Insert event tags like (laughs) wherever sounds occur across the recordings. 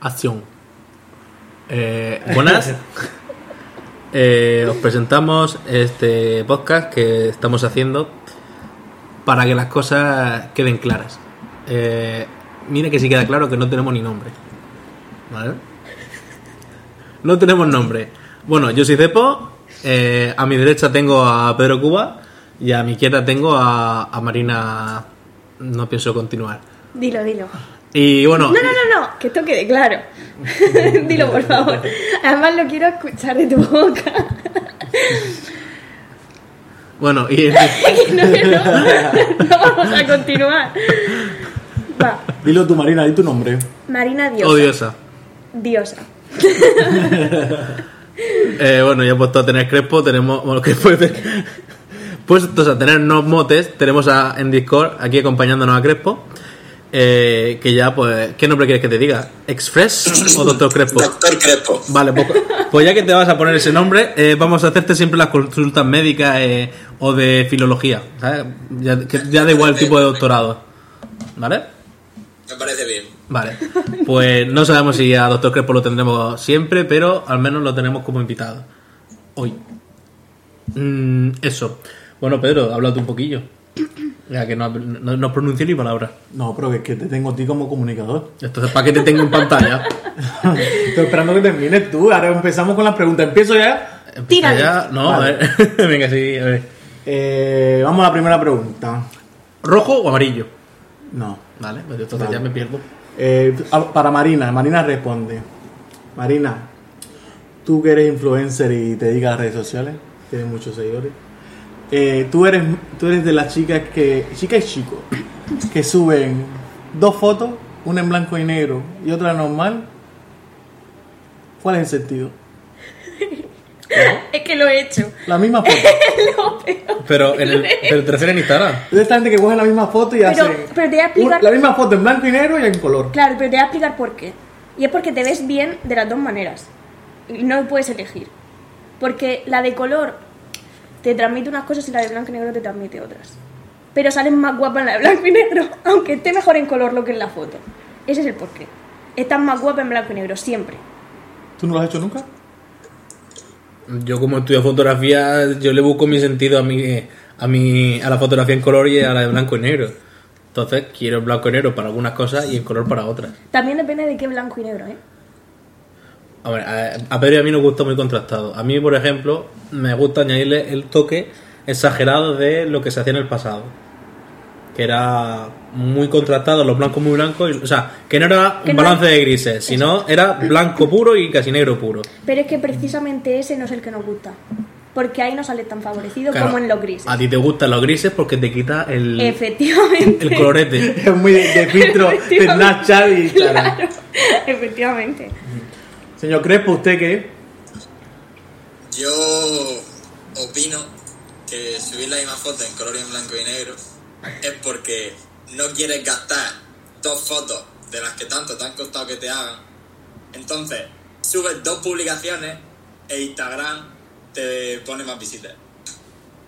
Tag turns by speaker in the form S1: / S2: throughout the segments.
S1: Acción. Eh, buenas. Eh, os presentamos este podcast que estamos haciendo para que las cosas queden claras. Eh, mira que sí queda claro que no tenemos ni nombre. ¿Vale? No tenemos nombre. Bueno, yo soy Cepo. eh, a mi derecha tengo a Pedro Cuba y a mi izquierda tengo a, a Marina. No pienso continuar.
S2: Dilo, dilo.
S1: Y bueno,
S2: No, no, no, no, que esto quede claro. (laughs) dilo, por favor. Además lo quiero escuchar de tu boca. (laughs)
S1: bueno, y
S2: Que no, que no. No vamos a continuar. Va.
S3: Dilo tú, Marina, di tu nombre.
S2: Marina Diosa.
S1: odiosa.
S2: Diosa.
S1: Eh, bueno, ya puesto a tener Crespo, tenemos. Bueno, Crespo es de- (laughs) Puestos a pues, tener no motes, tenemos a, en Discord aquí acompañándonos a Crespo. eh, que ya, pues. ¿Qué nombre quieres que te diga? ¿Express o Doctor Crespo?
S4: Doctor Crespo.
S1: Vale, pues, pues ya que te vas a poner ese nombre, eh, vamos a hacerte siempre las consultas médicas eh, o de filología. ¿sabes? Ya, que- ya da igual el tipo de doctorado. ¿Vale?
S4: Me parece bien.
S1: Vale. Pues no sabemos si a Doctor Crespo lo tendremos siempre, pero al menos lo tenemos como invitado. Hoy. Mm, eso. Bueno, Pedro, háblate un poquillo. Ya que no, no, no pronuncio ni palabra.
S3: No, pero es que te tengo a ti como comunicador.
S1: Entonces, ¿para qué te tengo en pantalla?
S3: Estoy esperando que termines tú. Ahora empezamos con las preguntas. Empiezo ya.
S1: Empieza
S2: Tírale.
S1: ya. No,
S3: Vale.
S1: a ver. (laughs) Venga, sí, a ver.
S3: Eh, vamos a la primera pregunta.
S1: ¿Rojo o amarillo?
S3: No.
S1: Vale, pues entonces
S3: Vale.
S1: ya me pierdo.
S3: Eh, a- para Marina, Marina responde. Marina, tú que eres influencer y te dedicas a redes sociales, tienes muchos seguidores. eh, tú, eres, tú eres de las chicas que. Chicas y chicos que suben dos fotos, una en blanco y negro y otra normal. ¿Cuál es el sentido?
S2: Es que lo he hecho.
S3: La misma foto.
S2: Es lo peor.
S1: Pero en el, pero te refieres en Instagram.
S3: Es esta gente que coge la misma foto y
S2: Pero-
S3: hace.
S2: pero te voy a explicar-
S3: La misma foto en blanco y negro y en color.
S2: Claro, pero te voy a explicar por qué. Y es porque te ves bien de las dos maneras. Y No puedes elegir. Porque la de color te transmite unas cosas y la de blanco y negro te transmite otras. Pero sales más guapa en la de blanco y negro, (laughs) aunque esté mejor en color lo que en la foto. Ese es el porqué. Estás más guapa en blanco y negro, siempre.
S3: ¿Tú no lo has hecho nunca?
S1: Yo como estudio fotografía, yo le busco mi sentido a mi, a mi, a la fotografía en color y a la de blanco y negro. Entonces quiero el blanco y negro para algunas cosas y en color para otras.
S2: También depende de qué blanco y negro, ¿eh?
S1: A, ver, a, a Pedro y a mí nos gusta muy contrastado. A mí, por ejemplo, me gusta añadirle el toque exagerado de lo que se hacía en el pasado. Que era muy contrastado, los blancos muy blancos. y- o sea, que no era
S2: Que
S1: un
S2: no-
S1: balance de grises, sino era blanco puro y casi negro puro.
S2: Pero es que precisamente ese no es el que nos gusta. Porque ahí no sale tan favorecido
S1: Claro,
S2: como en los grises.
S1: A ti te gustan los grises porque te quita el, (laughs)
S2: Efectivamente. (laughs)
S1: el colorete.
S3: Es muy de, de filtro de Snapchat y Instagram.
S2: Claro, efectivamente.
S3: Señor Crespo, ¿usted qué?
S4: Yo opino que subir la misma foto en color y en blanco y negro es porque no quieres gastar dos fotos de las que tanto te han costado que te hagan. Entonces, subes dos publicaciones e Instagram te pone más visitas.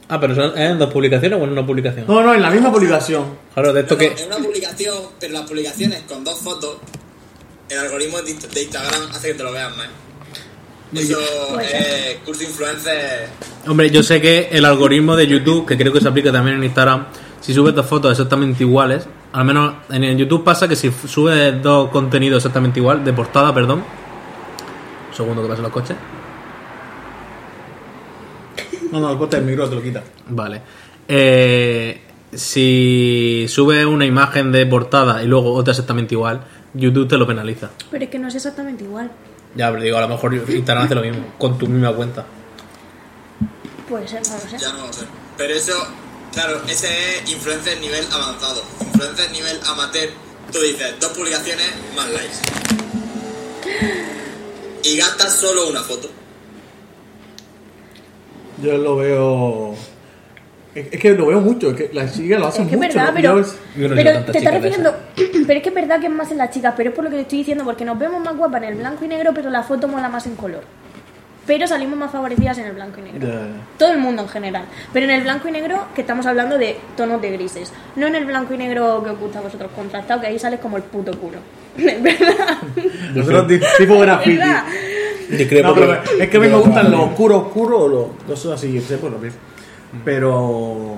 S1: Ah, pero son ¿es en dos publicaciones o en una publicación.
S3: No, no, en la misma publicación.
S1: Claro, de esto
S4: No, no,
S1: que.
S4: Es una publicación, pero las publicaciones con dos fotos, el algoritmo de Inst- de Instagram hace que te lo vean más. Eso
S2: Pues ya.
S4: es curso influencer
S1: Hombre, yo sé que el algoritmo de YouTube, que creo que se aplica también en Instagram, si subes dos fotos exactamente iguales, al menos en el YouTube pasa que si f- subes dos contenidos exactamente igual, de portada, perdón, segundo que pasen los coches.
S3: No, no, corta el micro, te lo quita.
S1: Vale. Eh, si subes una imagen de portada y luego otra exactamente igual, YouTube te lo penaliza.
S2: Pero es que no es exactamente igual.
S1: Ya, pero digo, a lo mejor Instagram hace lo mismo, con tu misma cuenta.
S2: Puede ser, no lo sé.
S4: Ya no lo sé. Pero eso, claro, ese es influencer nivel avanzado. Influencer nivel amateur, tú dices dos publicaciones más likes. Y gastas solo una foto.
S3: Yo lo veo. Es es que lo veo mucho, es que las chicas lo hacen
S2: Es que es
S3: mucho.
S2: verdad,
S3: ¿no?
S2: pero,
S3: Yo-
S1: Yo no he
S2: pero
S1: visto tantas
S2: te estás
S1: chicas de
S2: refiriendo. (clears throat) Pero es que es verdad que es más en las chicas, pero es por lo que te estoy diciendo, porque nos vemos más guapas en el blanco y negro, pero la foto mola más en color. Pero salimos más favorecidas en el blanco y negro.
S3: Ya, ya.
S2: Todo el mundo en general. Pero en el blanco y negro, que estamos hablando de tonos de grises. No en el blanco y negro que os gusta a vosotros contrastado, que ahí sales como el puto culo. (laughs)
S1: (laughs)
S2: Es verdad.
S3: Nosotros di- tipo
S2: Es
S3: graffiti.
S2: verdad.
S3: No, pero es que a mí me gustan los oscuros, oscuros, o los, los así, yo sé por lo mismo. Pero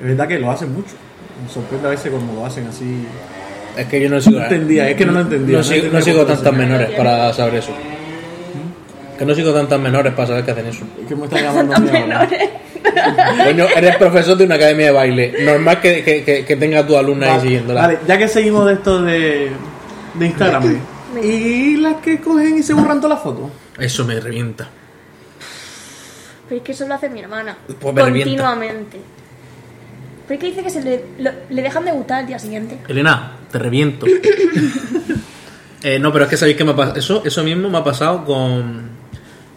S3: es verdad que lo hacen mucho. Me sorprende a veces cuando lo hacen así.
S1: Es que yo no sigo.
S3: No entendía, es que no lo entendía,
S1: No,
S3: no
S1: sigo,
S3: entendía
S1: no sigo
S3: por qué
S1: tantas
S3: se-
S1: menores para saber eso.
S3: ¿Mm?
S1: Que no sigo tantas menores para saber que hacen
S3: (laughs)
S1: eso.
S3: Es que me están llamando a
S2: Son
S3: mí ahora.
S2: menores.
S1: Coño, eres profesor de una academia de baile. Normal que, que, que, que tenga a tu alumna ahí
S3: Vale,
S1: siguiéndola.
S3: Vale, ya que seguimos de esto de, de Instagram. y las que cogen y se borran todas las fotos.
S1: Eso me revienta.
S2: Pero es que eso lo hace mi hermana.
S1: Pues me revienta.
S2: continuamente. Pero es que dice que se le, lo- le dejan de gustar al día siguiente.
S1: Elena, te
S3: (laughs)
S1: reviento. Eh, no, pero es que sabéis que me ha pasado. Eso, eso mismo me ha pasado con.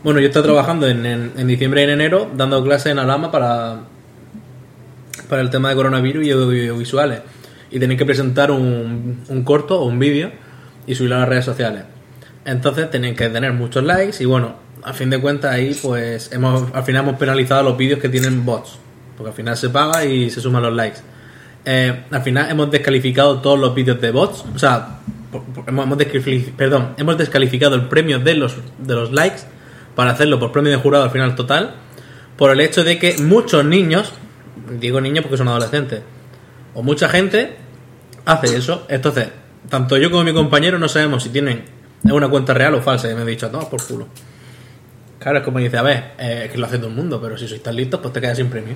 S1: Bueno, yo estaba trabajando en, en- en diciembre y en enero dando clases en Alama para, para el tema de coronavirus y audiovisuales. Y tenéis que presentar un, un corto o un vídeo y subirlo a las redes sociales. Entonces tenéis que tener muchos likes y bueno, a fin de cuentas ahí pues hemos, al final hemos penalizado los vídeos que tienen bots. Porque al final se paga y se suman los likes. Eh, al final hemos descalificado todos los vídeos de bots. O sea, por- por- hemos, hemos descalifi- perdón, hemos descalificado el premio de los, de los likes para hacerlo por premio de jurado al final total. Por el hecho de que muchos niños, digo niños porque son adolescentes, o mucha gente hace eso. Entonces, tanto yo como mi compañero no sabemos si tienen una cuenta real o falsa. Y me he dicho, no, por culo. Claro, es como dice, a ver, eh, es que lo hace todo el mundo, pero si sois tan listos, pues te quedas sin premio.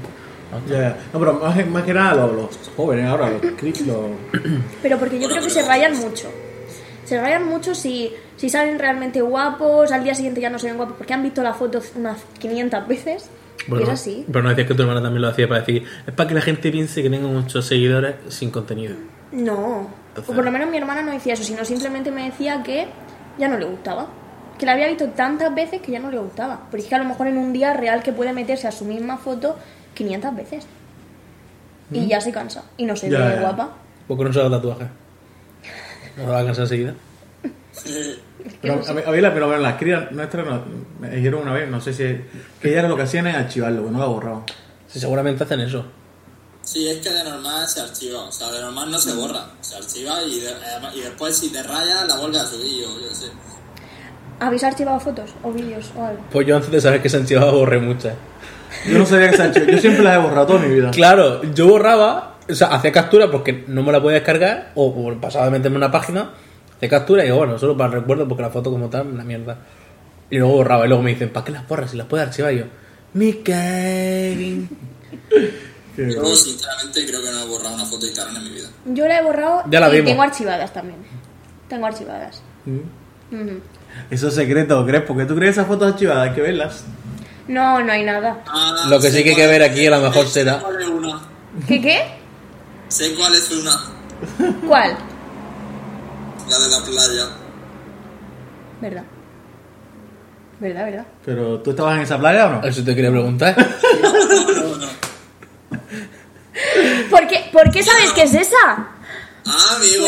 S3: Ya, ya. No, pero más, más que nada los, los jóvenes ahora, los clips, los.
S2: Pero porque yo creo que se rayan mucho. Se rayan mucho si, si salen realmente guapos, al día siguiente ya no se ven guapos, porque han visto la foto unas 500 veces. y es así.
S1: Pero no decías que tu hermana también lo hacía para decir, es para que la gente piense que tengo muchos seguidores sin contenido.
S2: No. O por lo menos mi hermana no decía eso, sino simplemente me decía que ya no le gustaba. Que la había visto tantas veces que ya no le gustaba. Pero es que a lo mejor en un día real que puede meterse a su misma foto 500 veces. Y ya se cansa. Y no se
S3: Mm. Ya,
S2: ve
S3: ya.
S2: guapa.
S1: Porque no se da tatuaje. No va a cansar enseguida.
S4: Eh,
S3: Pero a mí, a mí la- pero bueno, las crías nuestras no- me dijeron una vez, no sé si. que ellas lo que hacían es archivarlo, que no lo borraban.
S1: Sí, seguramente hacen eso.
S4: Sí, es que de normal se archiva, o sea, de normal no se borra, se archiva y, de- y después si te raya la vuelves a subir, o yo qué sé.
S2: ¿Habéis archivado fotos o vídeos o algo?
S1: Pues yo antes de saber que se han chivado borré muchas.
S3: Yo no sabía que se archivaba, yo siempre las he borrado toda mi vida.
S1: Claro, yo borraba, o sea, hacía captura porque no me la podía descargar o, o pasaba de meterme en una página, hacía captura y digo, bueno, solo para el recuerdo porque la foto como tal, una mierda. Y luego borraba y luego me dicen, ¿para qué las borras si las puedes archivar? Y yo, Mikael.
S3: Que-
S4: Yo sinceramente creo que no he borrado una foto de Instagram en mi vida.
S2: Yo la he borrado
S1: Ya la
S2: y
S1: vimos.
S2: tengo archivadas también. Tengo archivadas. Ujú.
S3: Eso es secreto, ¿crees? Porque tú crees esas fotos archivadas, hay que verlas.
S2: No, no hay nada.
S4: Ah,
S1: Lo que
S4: sé
S1: sí que hay que
S4: cuál-
S1: ver aquí a lo mejor
S4: sé
S1: será-
S4: cuál es una.
S2: ¿Qué qué?
S4: Sé cuál es una,
S2: ¿Cuál?
S4: la de la playa.
S2: ¿Verdad? ¿Verdad, verdad?
S3: Pero tú estabas en esa playa o no?
S1: Eso te quería preguntar. (laughs)
S4: No, no, no.
S2: ¿Por qué, ¿Por qué sabes que es esa?
S4: Ah, amigo,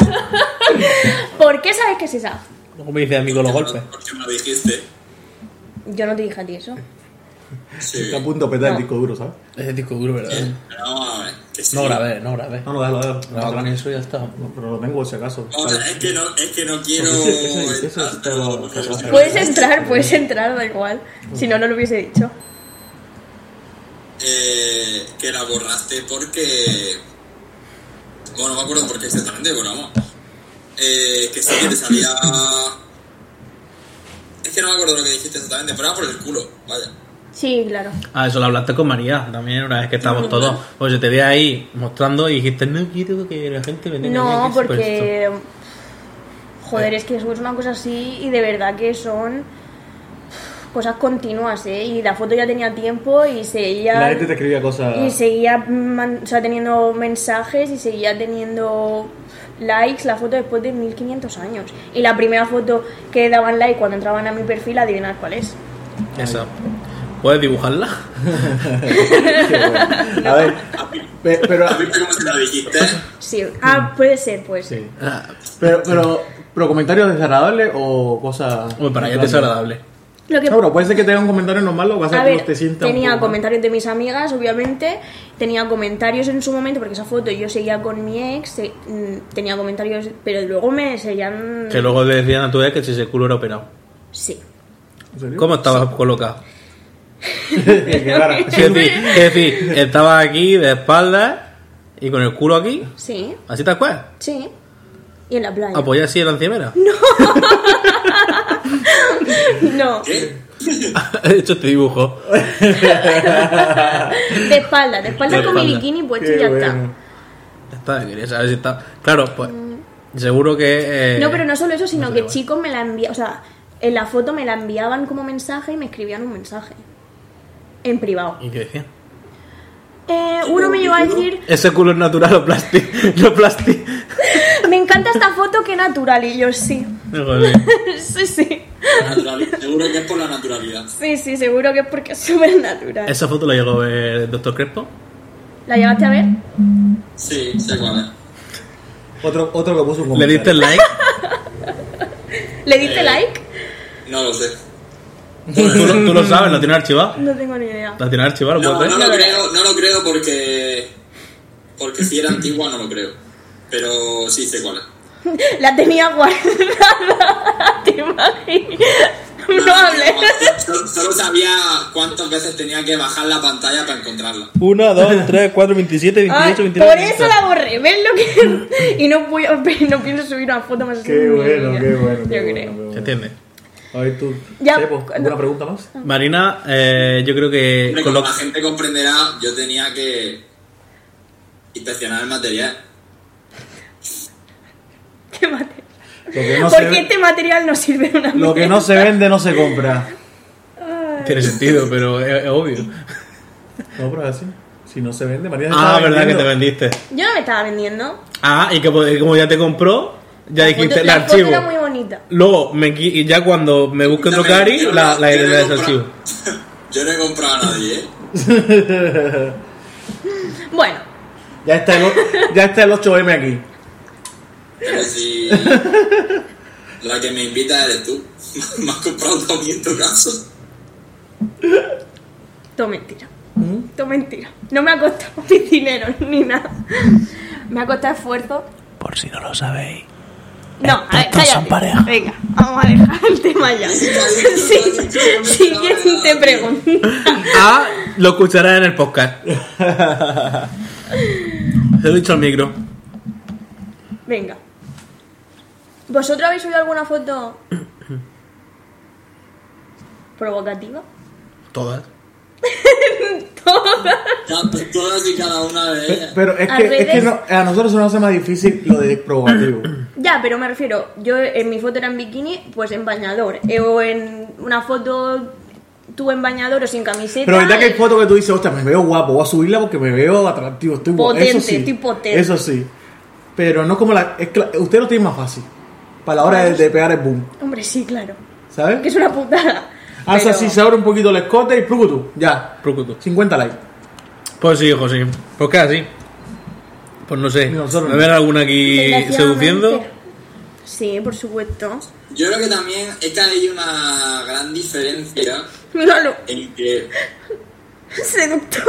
S4: porque,
S2: ¿Por qué sabes que es esa?
S1: Luego me dice amigo los golpes.
S4: porque me lo dijiste.
S2: Yo no te dije a ti eso.
S4: Sí.
S3: Está a punto de petar
S2: No.
S3: el disco duro, ¿sabes?
S1: Ese disco duro, ¿verdad?
S4: Pero vamos a ver. Que sí.
S1: No grabé, no grabé.
S3: No, no, déjalo, déjalo.
S1: Grababa Ah, con eso y ya está.
S3: No, pero lo tengo si acaso.
S4: O sea, es que no, es que no quiero.
S3: Porque ese- ese- ese es todo lo que
S4: entrar, eh,
S3: pasa.
S2: Puedes entrar, puedes entrar, da igual. Si no, no lo hubiese dicho.
S4: eh, que la borraste porque. Bueno, no me acuerdo por qué exactamente, pero vamos. Eh, que sí que te salía. Es que que no me acuerdo lo que dijiste exactamente, pero era por el culo, vaya.
S2: Sí, claro.
S1: Ah, eso lo hablaste con María también una vez que estábamos todos. Oye, te vi ahí mostrando y dijiste, no quiero que la gente me tenga
S2: No,
S1: que-
S2: porque. Joder, es que eso es una cosa así y de verdad que son cosas continuas, ¿eh? Y la foto ya tenía tiempo y seguía.
S3: La gente te escribía cosas.
S2: Y seguía man- o sea, teniendo mensajes y seguía teniendo likes la foto después de 1500 años. Y la primera foto que daban like cuando entraban a mi perfil, adivinar cuál es.
S1: Eso. ¿Puedes dibujarla?
S3: A ver, pe- pero,
S4: A mí me como si la dijiste.
S2: Sí. Ah, puede ser, pues.
S3: Mm. sí.
S1: Ah,
S3: pero, pero, pero comentarios desagradables o cosas.
S1: Uy, para ella es desagradable.
S2: Lo que
S3: No, pero puede ser que tenga un comentario normal o que hace
S2: A
S3: que
S2: ver,
S3: no te sientas. un
S2: tenía
S3: poco mal.
S2: comentarios de mis amigas, obviamente, tenía comentarios en su momento, porque esa foto yo seguía con mi ex, se- mm, tenía comentarios, pero luego me seguían...
S1: Que luego le decían a tu ex que si ese culo era operado.
S2: Sí.
S3: ¿En serio?
S1: ¿Cómo estabas
S3: (laughs)
S1: colocado?
S3: Que ahora-
S1: Es decir, es decir, estabas aquí de espaldas y con el culo aquí,
S2: (laughs) Sí,
S1: así tal cual. Ah, pues
S2: sí. Y en la playa.
S3: Ah,
S1: Apoyas así en la encimera. (laughs)
S3: pues.
S2: (laughs) No,
S1: He hecho este
S2: (laughs)
S1: dibujo.
S2: de espalda, de espalda
S1: De
S2: con mi
S1: espalda.
S2: bikini puesto
S3: Qué
S2: y ya
S3: bueno.
S1: Ya está, quería saber si está. Claro, pues. Seguro que. eh,
S2: está. No, pero no solo eso, sino
S1: sé,
S2: que
S1: bueno.
S2: chicos me la enviaban, o sea, en la foto me la enviaban como mensaje y me escribían un mensaje. En privado.
S1: ¿Y qué decía?
S2: Eh, uno me llegó a decir,
S1: Ese culo es natural o (laughs) plástico. No plástico.
S3: (laughs)
S2: me encanta esta foto, que natural. Y yo, sí, (laughs)
S1: Joder.
S2: sí, sí.
S4: Natural- Seguro que es por la naturalidad.
S2: Sí, sí, seguro que es porque es súper natural.
S1: Esa foto la llegó a ver el doctor Crespo.
S2: ¿La llegaste a ver?
S4: Sí, sé cuál es.
S3: Otro, otro que puso un
S1: Le
S3: comentario.
S1: diste el
S3: (laughs)
S1: like.
S2: ¿Le diste like?
S4: No lo sé.
S1: Tú, lo- tú lo sabes, lo tienes archivado.
S2: No tengo ni idea. (laughs)
S1: La tienes archivado, lo
S4: No,
S1: puedes
S4: no
S1: ver.
S4: lo creo, no lo creo porque. Porque si era antigua no lo creo. Pero sí sé cuál es.
S2: La tenía guardada, (laughs) te imaginas. (laughs) No hables.
S4: Solo- Solo sabía cuántas veces tenía que bajar la pantalla para encontrarla.
S1: 1, 2, 3, 4, 27,
S2: Ay, por eso la borré, ¿ves lo que Y no, voy a- no pienso subir una foto más así.
S3: Qué
S2: en mi
S3: bueno,
S2: vida.
S3: qué bueno.
S2: Yo
S3: qué bueno,
S2: creo.
S3: qué bueno.
S1: ¿Entiendes?
S3: A ver tú,
S2: Ya,
S3: Chepo, ¿alguna
S2: cuando-
S3: pregunta más?
S1: Marina, eh, yo creo que.
S4: Hombre,
S1: Con
S4: como
S1: lo...
S4: la gente comprenderá, yo tenía que inspeccionar el material.
S2: Qué material.
S3: Lo
S2: (laughs)
S3: que no, se,
S2: Porque este material no sirve una
S3: lo que no se vende no se compra.
S1: Tiene sentido, pero es, es obvio.
S3: No, pero así. Si no se vende, María. se
S1: Ah,
S3: estaba
S1: verdad que te
S3: vendiendo.
S1: vendiste.
S2: Yo no me estaba vendiendo.
S1: Ah, y que pues, como ya te compró, ya dijiste
S2: Foto-
S1: el
S2: Pues, la foto
S1: archivo.
S2: era muy bonita.
S1: Luego, me, qui- y ya cuando me busque otro cari, la, la
S4: Yo no
S1: idea
S4: he
S1: es archivo.
S4: comprado- (laughs) Yo no he comprado a nadie, ¿eh?
S2: Bueno,
S3: Ya está, el, o- ya está el 8M aquí.
S4: Pero si la que me invita eres tú, (laughs) me has comprado también en tu caso.
S2: todo mentira. Todo mentira. No me ha costado mi dinero ni nada. Me ha costado esfuerzo.
S1: Por si no lo sabéis.
S2: No, a ver,
S1: Estos son
S2: cállate.
S1: pareja.
S2: Venga, vamos a dejar el tema ya. Sí, siguiente pregunta.
S1: Ah, lo escucharás en el podcast. Se lo (laughs) he dicho al micro.
S2: Venga. ¿Vosotros habéis subido
S1: (coughs)
S2: alguna foto provocativa?
S1: Todas.
S4: Ya, Todas y cada una de ellas.
S3: Pero es
S2: Al
S3: que, es que
S2: revés.
S3: no- a nosotros se nos hace más difícil lo de probativo.
S2: Ya, pero me refiero, yo en mi foto era en bikini, pues en bañador. Eh, o en una foto tú en bañador o sin camiseta.
S3: Pero verdad que hay fotos que tú dices, hostia, me veo guapo, voy a subirla porque me veo atractivo, estoy guapo.
S2: Potente,
S3: eso sí,
S2: estoy potente.
S3: Eso sí. Pero no como la. es que la- usted lo tiene más fácil. Para la hora de, de pegar el boom.
S2: Hombre, sí, claro. que
S3: ¿Sabes? Ah,
S2: es una putada.
S1: Ah,
S3: Hace
S2: Pero-
S3: así, se abre un poquito el escote y plucutu. Ya.
S1: Plucutu.
S3: 50 likes.
S1: Pues sí, hijo, sí. ¿Por qué así? Pues no sé.
S3: Nosotros
S1: ¿Me ver alguna aquí
S2: Desgraciadamente.
S1: seduciendo?
S2: Sí, por supuesto. (laughs)
S4: Yo creo que también es que hay una gran diferencia
S2: Míralo,
S4: en que
S2: seductor.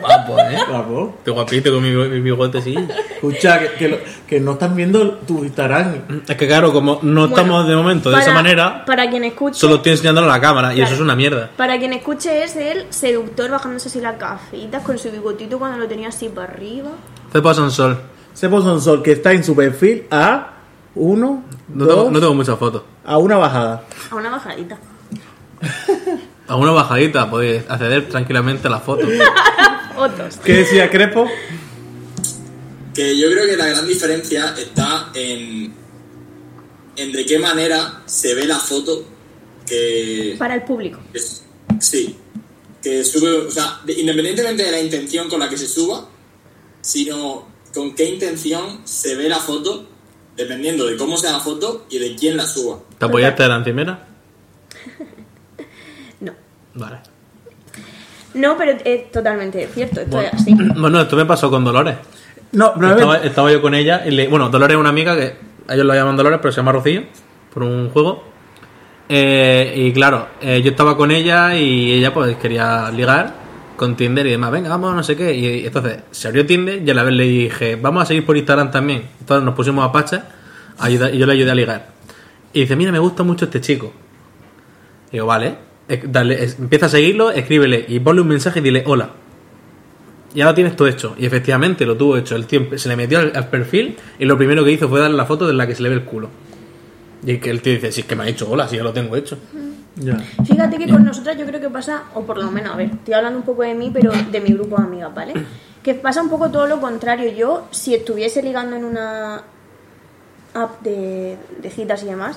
S1: Guapo, ¿eh?
S3: Guapo.
S1: Qué guapito con mi, mi bigote, sí.
S3: Escucha, que, que, lo- que no están viendo tu Instagram.
S1: Es que claro, como no estamos de momento de esa
S2: Para-
S1: manera,
S2: Para quien escuche.
S1: solo estoy enseñándolo a la cámara y
S2: Claro.
S1: eso es una mierda.
S2: Para quien escuche es el seductor bajándose así las gafitas con su bigotito cuando lo tenía así para arriba.
S1: Se pasa un sol.
S3: Sepo Sonsol, que está en su perfil a uno,
S1: No,
S3: dos,
S1: tengo, no tengo muchas fotos.
S3: a una bajada.
S2: A una bajadita.
S1: A una bajadita podéis acceder tranquilamente a las fotos.
S2: Otros.
S3: ¿Qué decía Crepo?
S4: Que yo creo que la gran diferencia está en, en de qué manera se ve la foto que,
S2: Para el público.
S4: Es- Sí. Que sube, o sea, de- independientemente de la intención con la que se suba, sino con qué intención se ve la foto, dependiendo de cómo sea la foto y de quién la suba.
S1: ¿Te apoyaste de la encimera?
S2: No.
S1: Vale.
S2: No, pero es totalmente cierto. Esto
S1: Bueno,
S2: es así.
S1: (clears throat) bueno, esto me pasó con Dolores.
S3: No, pero a ver,
S1: Estaba, estaba yo con ella y le, bueno, Dolores es una amiga que ellos la llaman Dolores, pero se llama Rocío por un juego. Eh, y claro, eh, yo estaba con ella y ella pues quería ligar con Tinder y demás, venga, vamos, no sé qué. Y, entonces se abrió Tinder y a la vez le dije, vamos a seguir por Instagram también. Entonces nos pusimos a Pacha y yo le ayudé a ligar. Y dice, mira, me gusta mucho este chico. Digo, vale, es- dale, es- empieza a seguirlo, escríbele y ponle un mensaje y dile, hola ya lo tienes todo hecho. Y efectivamente lo tuvo hecho. El tío se le metió al, al perfil y lo primero que hizo fue darle la foto de la que se le ve el culo. Y que el tío dice, si es que me ha hecho hola, si ya lo tengo hecho.
S3: ya.
S2: Fíjate que con nosotras yo creo que pasa, o por lo menos, a ver, estoy hablando un poco de mí, pero de mi grupo de amigas, ¿vale? Que pasa un poco todo lo contrario. Yo, si estuviese ligando en una app de, de citas y demás,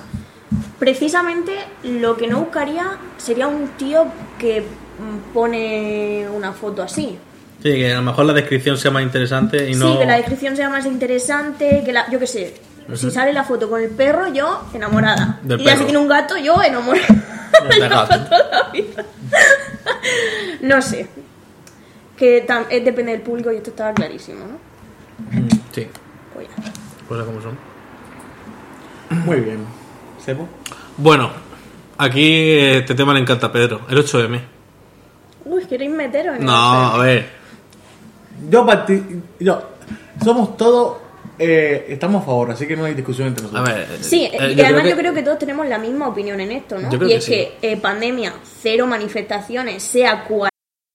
S2: precisamente lo que no buscaría sería un tío que mm, pone una foto así.
S1: Sí, que a lo mejor la descripción sea más interesante y no...
S2: Sí,
S1: (laughs)
S2: que la descripción sea más interesante, que la, yo qué sé, si sale la foto con el perro, yo enamorada.
S1: Del
S2: y ya
S1: perro.
S2: si tiene un gato, yo enamorada.
S1: Del gato.
S2: No sé. Que tam- eh, depende del público y esto estaba clarísimo, ¿no?
S1: Sí,
S2: Pues ya está.
S1: cosas como son.
S3: Muy bien. ¿Sepo?
S1: Bueno, aquí eh, este tema le encanta a Pedro, el 8M.
S2: Uy, ¿queréis meteros en
S1: No,
S2: esto?
S1: a ver.
S3: Yo partí. Yo. Somos todos. eh, estamos a favor, así que no hay discusión entre
S1: A
S3: nosotros.
S1: ver. eh,
S2: Sí,
S1: eh,
S2: y además yo creo que todos tenemos la misma opinión en esto, ¿no?
S1: Yo creo
S2: y
S1: que
S2: es
S1: sí.
S2: que eh, pandemia, cero manifestaciones, sea cual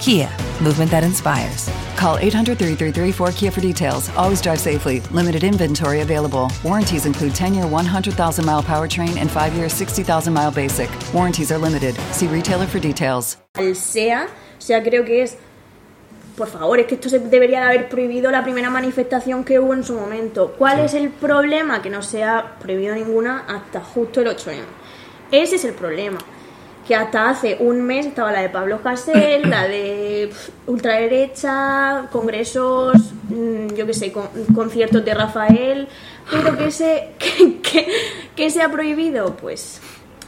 S5: Kia, movement that inspires.
S6: Call 800 333 4KIA for details. Always drive safely. Limited inventory available. Warranties include 10 year 100,000 mile powertrain and 5 year 60,000 mile basic. Warranties are limited. See retailer for details.
S2: sea, o sea, creo que es, por favor, es que esto se debería de haber prohibido la primera manifestación que hubo en su momento. ¿Cuál es el problema? Que no sea prohibido ninguna hasta justo el 8M. Ese es el problema. Que hasta hace un mes estaba la de Pablo Casel, la de pf, ultraderecha, congresos, mm, yo qué sé, con- conciertos de Rafael, pero que, se, (laughs) que, que, que se ha prohibido, pues,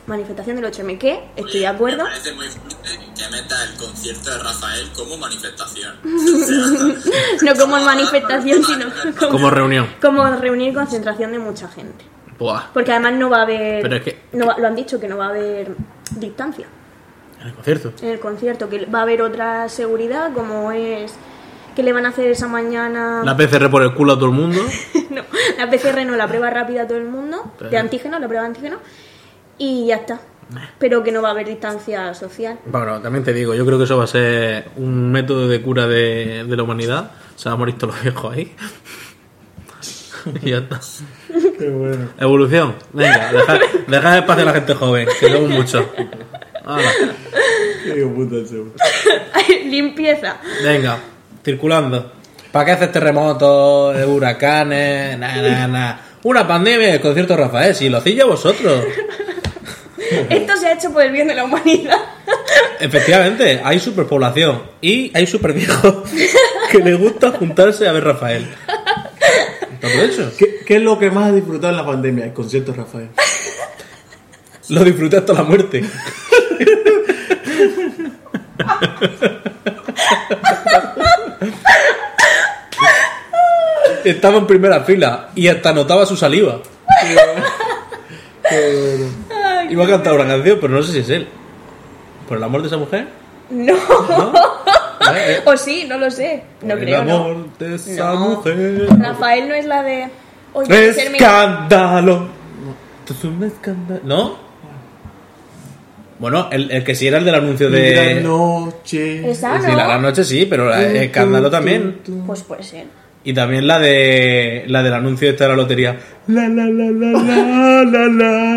S2: manifestación del 8M, que estoy de acuerdo.
S4: Me parece muy fuerte que meta el concierto de Rafael
S2: (laughs)
S4: como manifestación. O sea,
S2: No como manifestación, sino (laughs) como,
S1: Como reunión.
S2: como reunir concentración de mucha gente.
S1: Buah,
S2: Porque además no va a haber.
S1: Pero es que-
S2: no va- lo han dicho que no va a haber distancia
S1: en el concierto.
S2: en el concierto, que va a haber otra seguridad, como es. que le van a hacer esa mañana.
S1: La PCR por el culo a todo el mundo.
S2: (laughs) no, la PCR no, la prueba rápida a todo el mundo, de
S1: Pero- Eh.
S2: antígeno, la prueba de antígeno, y ya está. Pero que no va a haber distancia social. (laughs)
S1: Bueno, también te digo, yo creo que eso va a ser un método de cura de, de la humanidad. Se van a morir todos los viejos ahí. (laughs) Y ya está.
S3: Qué bueno.
S1: Evolución. Venga, dejad, dejad espacio a la gente joven, que somos muchos. Hala,
S3: Qué puta el seguro.
S2: Limpieza.
S1: venga, circulando. ¿Para qué haces terremotos, eh, huracanes? Na, na, na. Una pandemia y el concierto de Rafael, si lo hacéis ya vosotros.
S2: Esto se ha hecho por el bien de la humanidad. (laughs)
S1: Efectivamente, hay superpoblación y hay superviejos (laughs) que les gusta juntarse a ver Rafael. Lo aprovecho.
S3: ¿Qué, ¿Qué es lo que más has disfrutado en la pandemia? El concierto de Rafael.
S1: Ah. Lo disfruté hasta la muerte. Estaba en primera fila y hasta notaba su saliva. Iba a cantar una canción, pero no sé si es él. ¿Por el amor de esa mujer?
S2: No.
S1: ¿No? Eh, eh.
S2: O sí, no lo sé. No
S1: Por
S2: creo.
S1: el
S2: no.
S1: amor de esa
S2: No.
S1: mujer.
S2: Rafael no es la de. Hoy voy a ser mi-
S1: ¡Escándalo! Esto es un escándalo. ¿No? Bueno, el, el que sí era el del anuncio
S3: Mira
S1: de.
S3: noche.
S2: Esa
S1: Sí, la
S2: no.
S1: gran noche sí, pero la- el escándalo también.
S2: Pues puede ser. (laughs)
S1: Y también la de la del anuncio esta de la lotería. La la la la la la la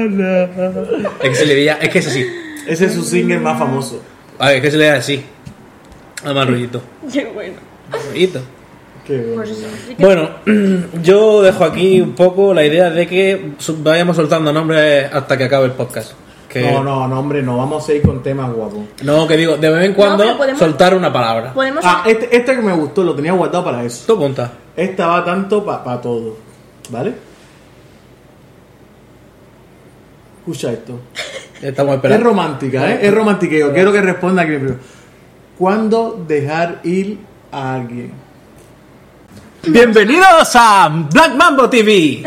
S1: la. Es que se le veía, es que es así.
S3: Ese es su single más famoso.
S1: A ver, es que se le veía así. Además, rollito.
S2: Qué bueno.
S1: Rollito.
S3: Qué bueno.
S2: Pues eso. sí que-
S1: Bueno, (clears throat) yo dejo aquí un poco la idea de que su- vayamos soltando nombres hasta que acabe el podcast. Que-
S3: No, no, no, hombre, no. Vamos a ir con temas guapos.
S1: No, que digo, de vez en cuando
S2: pero podemos- Pues
S1: soltar una palabra.
S2: Podemos.
S3: Ah, este, este que me gustó, lo tenía guardado para eso.
S1: Tú punta.
S3: Esta va tanto para todo. ¿Vale? Escucha esto.
S1: Estamos
S3: es
S1: esperando.
S3: romántica, ¿eh? Es romántica. Yo quiero que responda aquí primero. ¿Cuándo dejar ir a alguien?
S1: Bienvenidos a Black Mambo TV.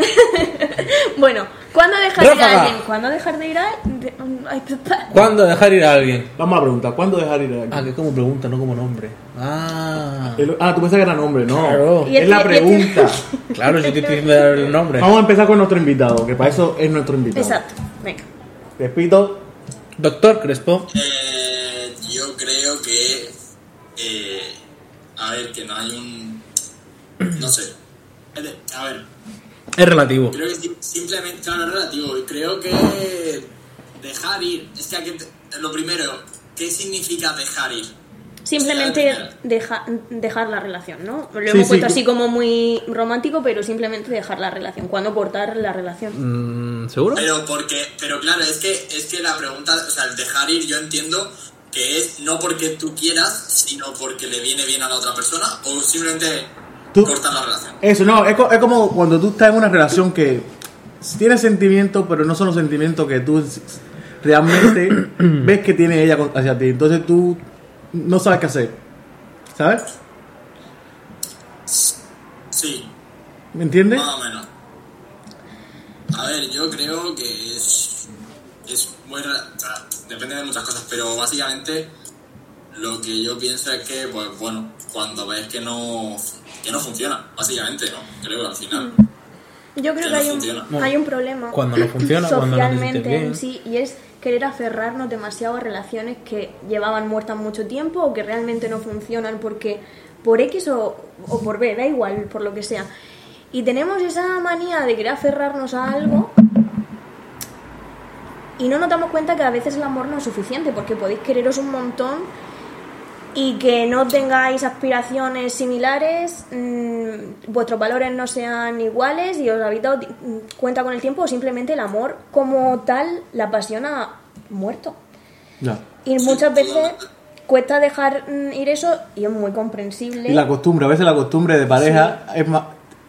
S2: Bueno, ¿cuándo dejar de ir
S1: Ráfaga.
S2: a alguien? ¿Cuándo dejar de ir a.? de- Ay, papá.
S1: ¿Cuándo dejar ir a alguien?
S3: Vamos a preguntar, ¿cuándo dejar ir a alguien?
S1: Ah, que como pregunta, no como nombre. Ah,
S3: El- ah, tú piensas que era nombre, no.
S1: Claro.
S2: Y
S3: Es
S2: este-
S3: la
S2: y este-
S3: pregunta.
S2: (laughs)
S1: claro, yo te estoy diciendo el nombre.
S3: Vamos a empezar con nuestro invitado, que para eso es nuestro invitado.
S2: Exacto. Venga.
S3: Repito,
S1: Doctor Crespo.
S4: Eh, yo creo que. eh, a ver, que no hay un. No sé. Es de- A ver,
S1: Es relativo.
S4: creo que sim- simplemente. Claro, es relativo. y Creo que. Dejar ir. Es que hay que te- lo primero, ¿qué significa dejar ir?
S2: Simplemente
S4: Claro.
S2: deja- dejar la relación, ¿no? Lo
S3: Sí,
S2: hemos
S3: sí,
S2: puesto
S3: tú-
S2: así como muy romántico, pero simplemente dejar la relación. ¿Cuándo cortar la relación?
S1: Mm, ¿Seguro?
S4: Pero porque, pero claro, es que es que la pregunta, o sea, el dejar ir yo entiendo que es no porque tú quieras, sino porque le viene bien a la otra persona o simplemente
S3: Tú-
S4: cortar la relación.
S3: eso no, es, co- es como cuando tú estás en una relación que tienes sentimientos, pero no son los sentimientos que tú s- s- realmente ves que tiene ella con- hacia ti. Entonces tú no sabes qué hacer. ¿Sabes?
S4: Sí,
S3: ¿Me entiendes?
S4: más o menos. A ver, yo creo que es es muy ra- o sea, depende de muchas cosas, pero básicamente lo que yo pienso es que pues bueno, cuando ves que no que no funciona, básicamente, ¿no? Creo al final.
S2: Yo creo
S4: que
S2: que
S4: no
S2: hay un,
S4: funciona.
S2: hay un problema.
S1: Cuando no funciona, cuando no te sientes
S2: socialmente
S1: bien.
S2: en sí, y es querer aferrarnos demasiado a relaciones que llevaban muertas mucho tiempo o que realmente no funcionan porque por X o, o por B, da igual, por lo que sea. Y tenemos esa manía de querer aferrarnos a algo y no nos damos cuenta que a veces el amor no es suficiente porque podéis quereros un montón y que no tengáis aspiraciones similares, mm, vuestros valores no sean iguales y os habéis dado ti- mm, cuenta con el tiempo o simplemente el amor como tal, la pasión ha muerto.
S3: Ya.
S2: Y muchas veces cuesta dejar mm, ir eso y es muy comprensible.
S3: Y la costumbre, a veces la costumbre de pareja es más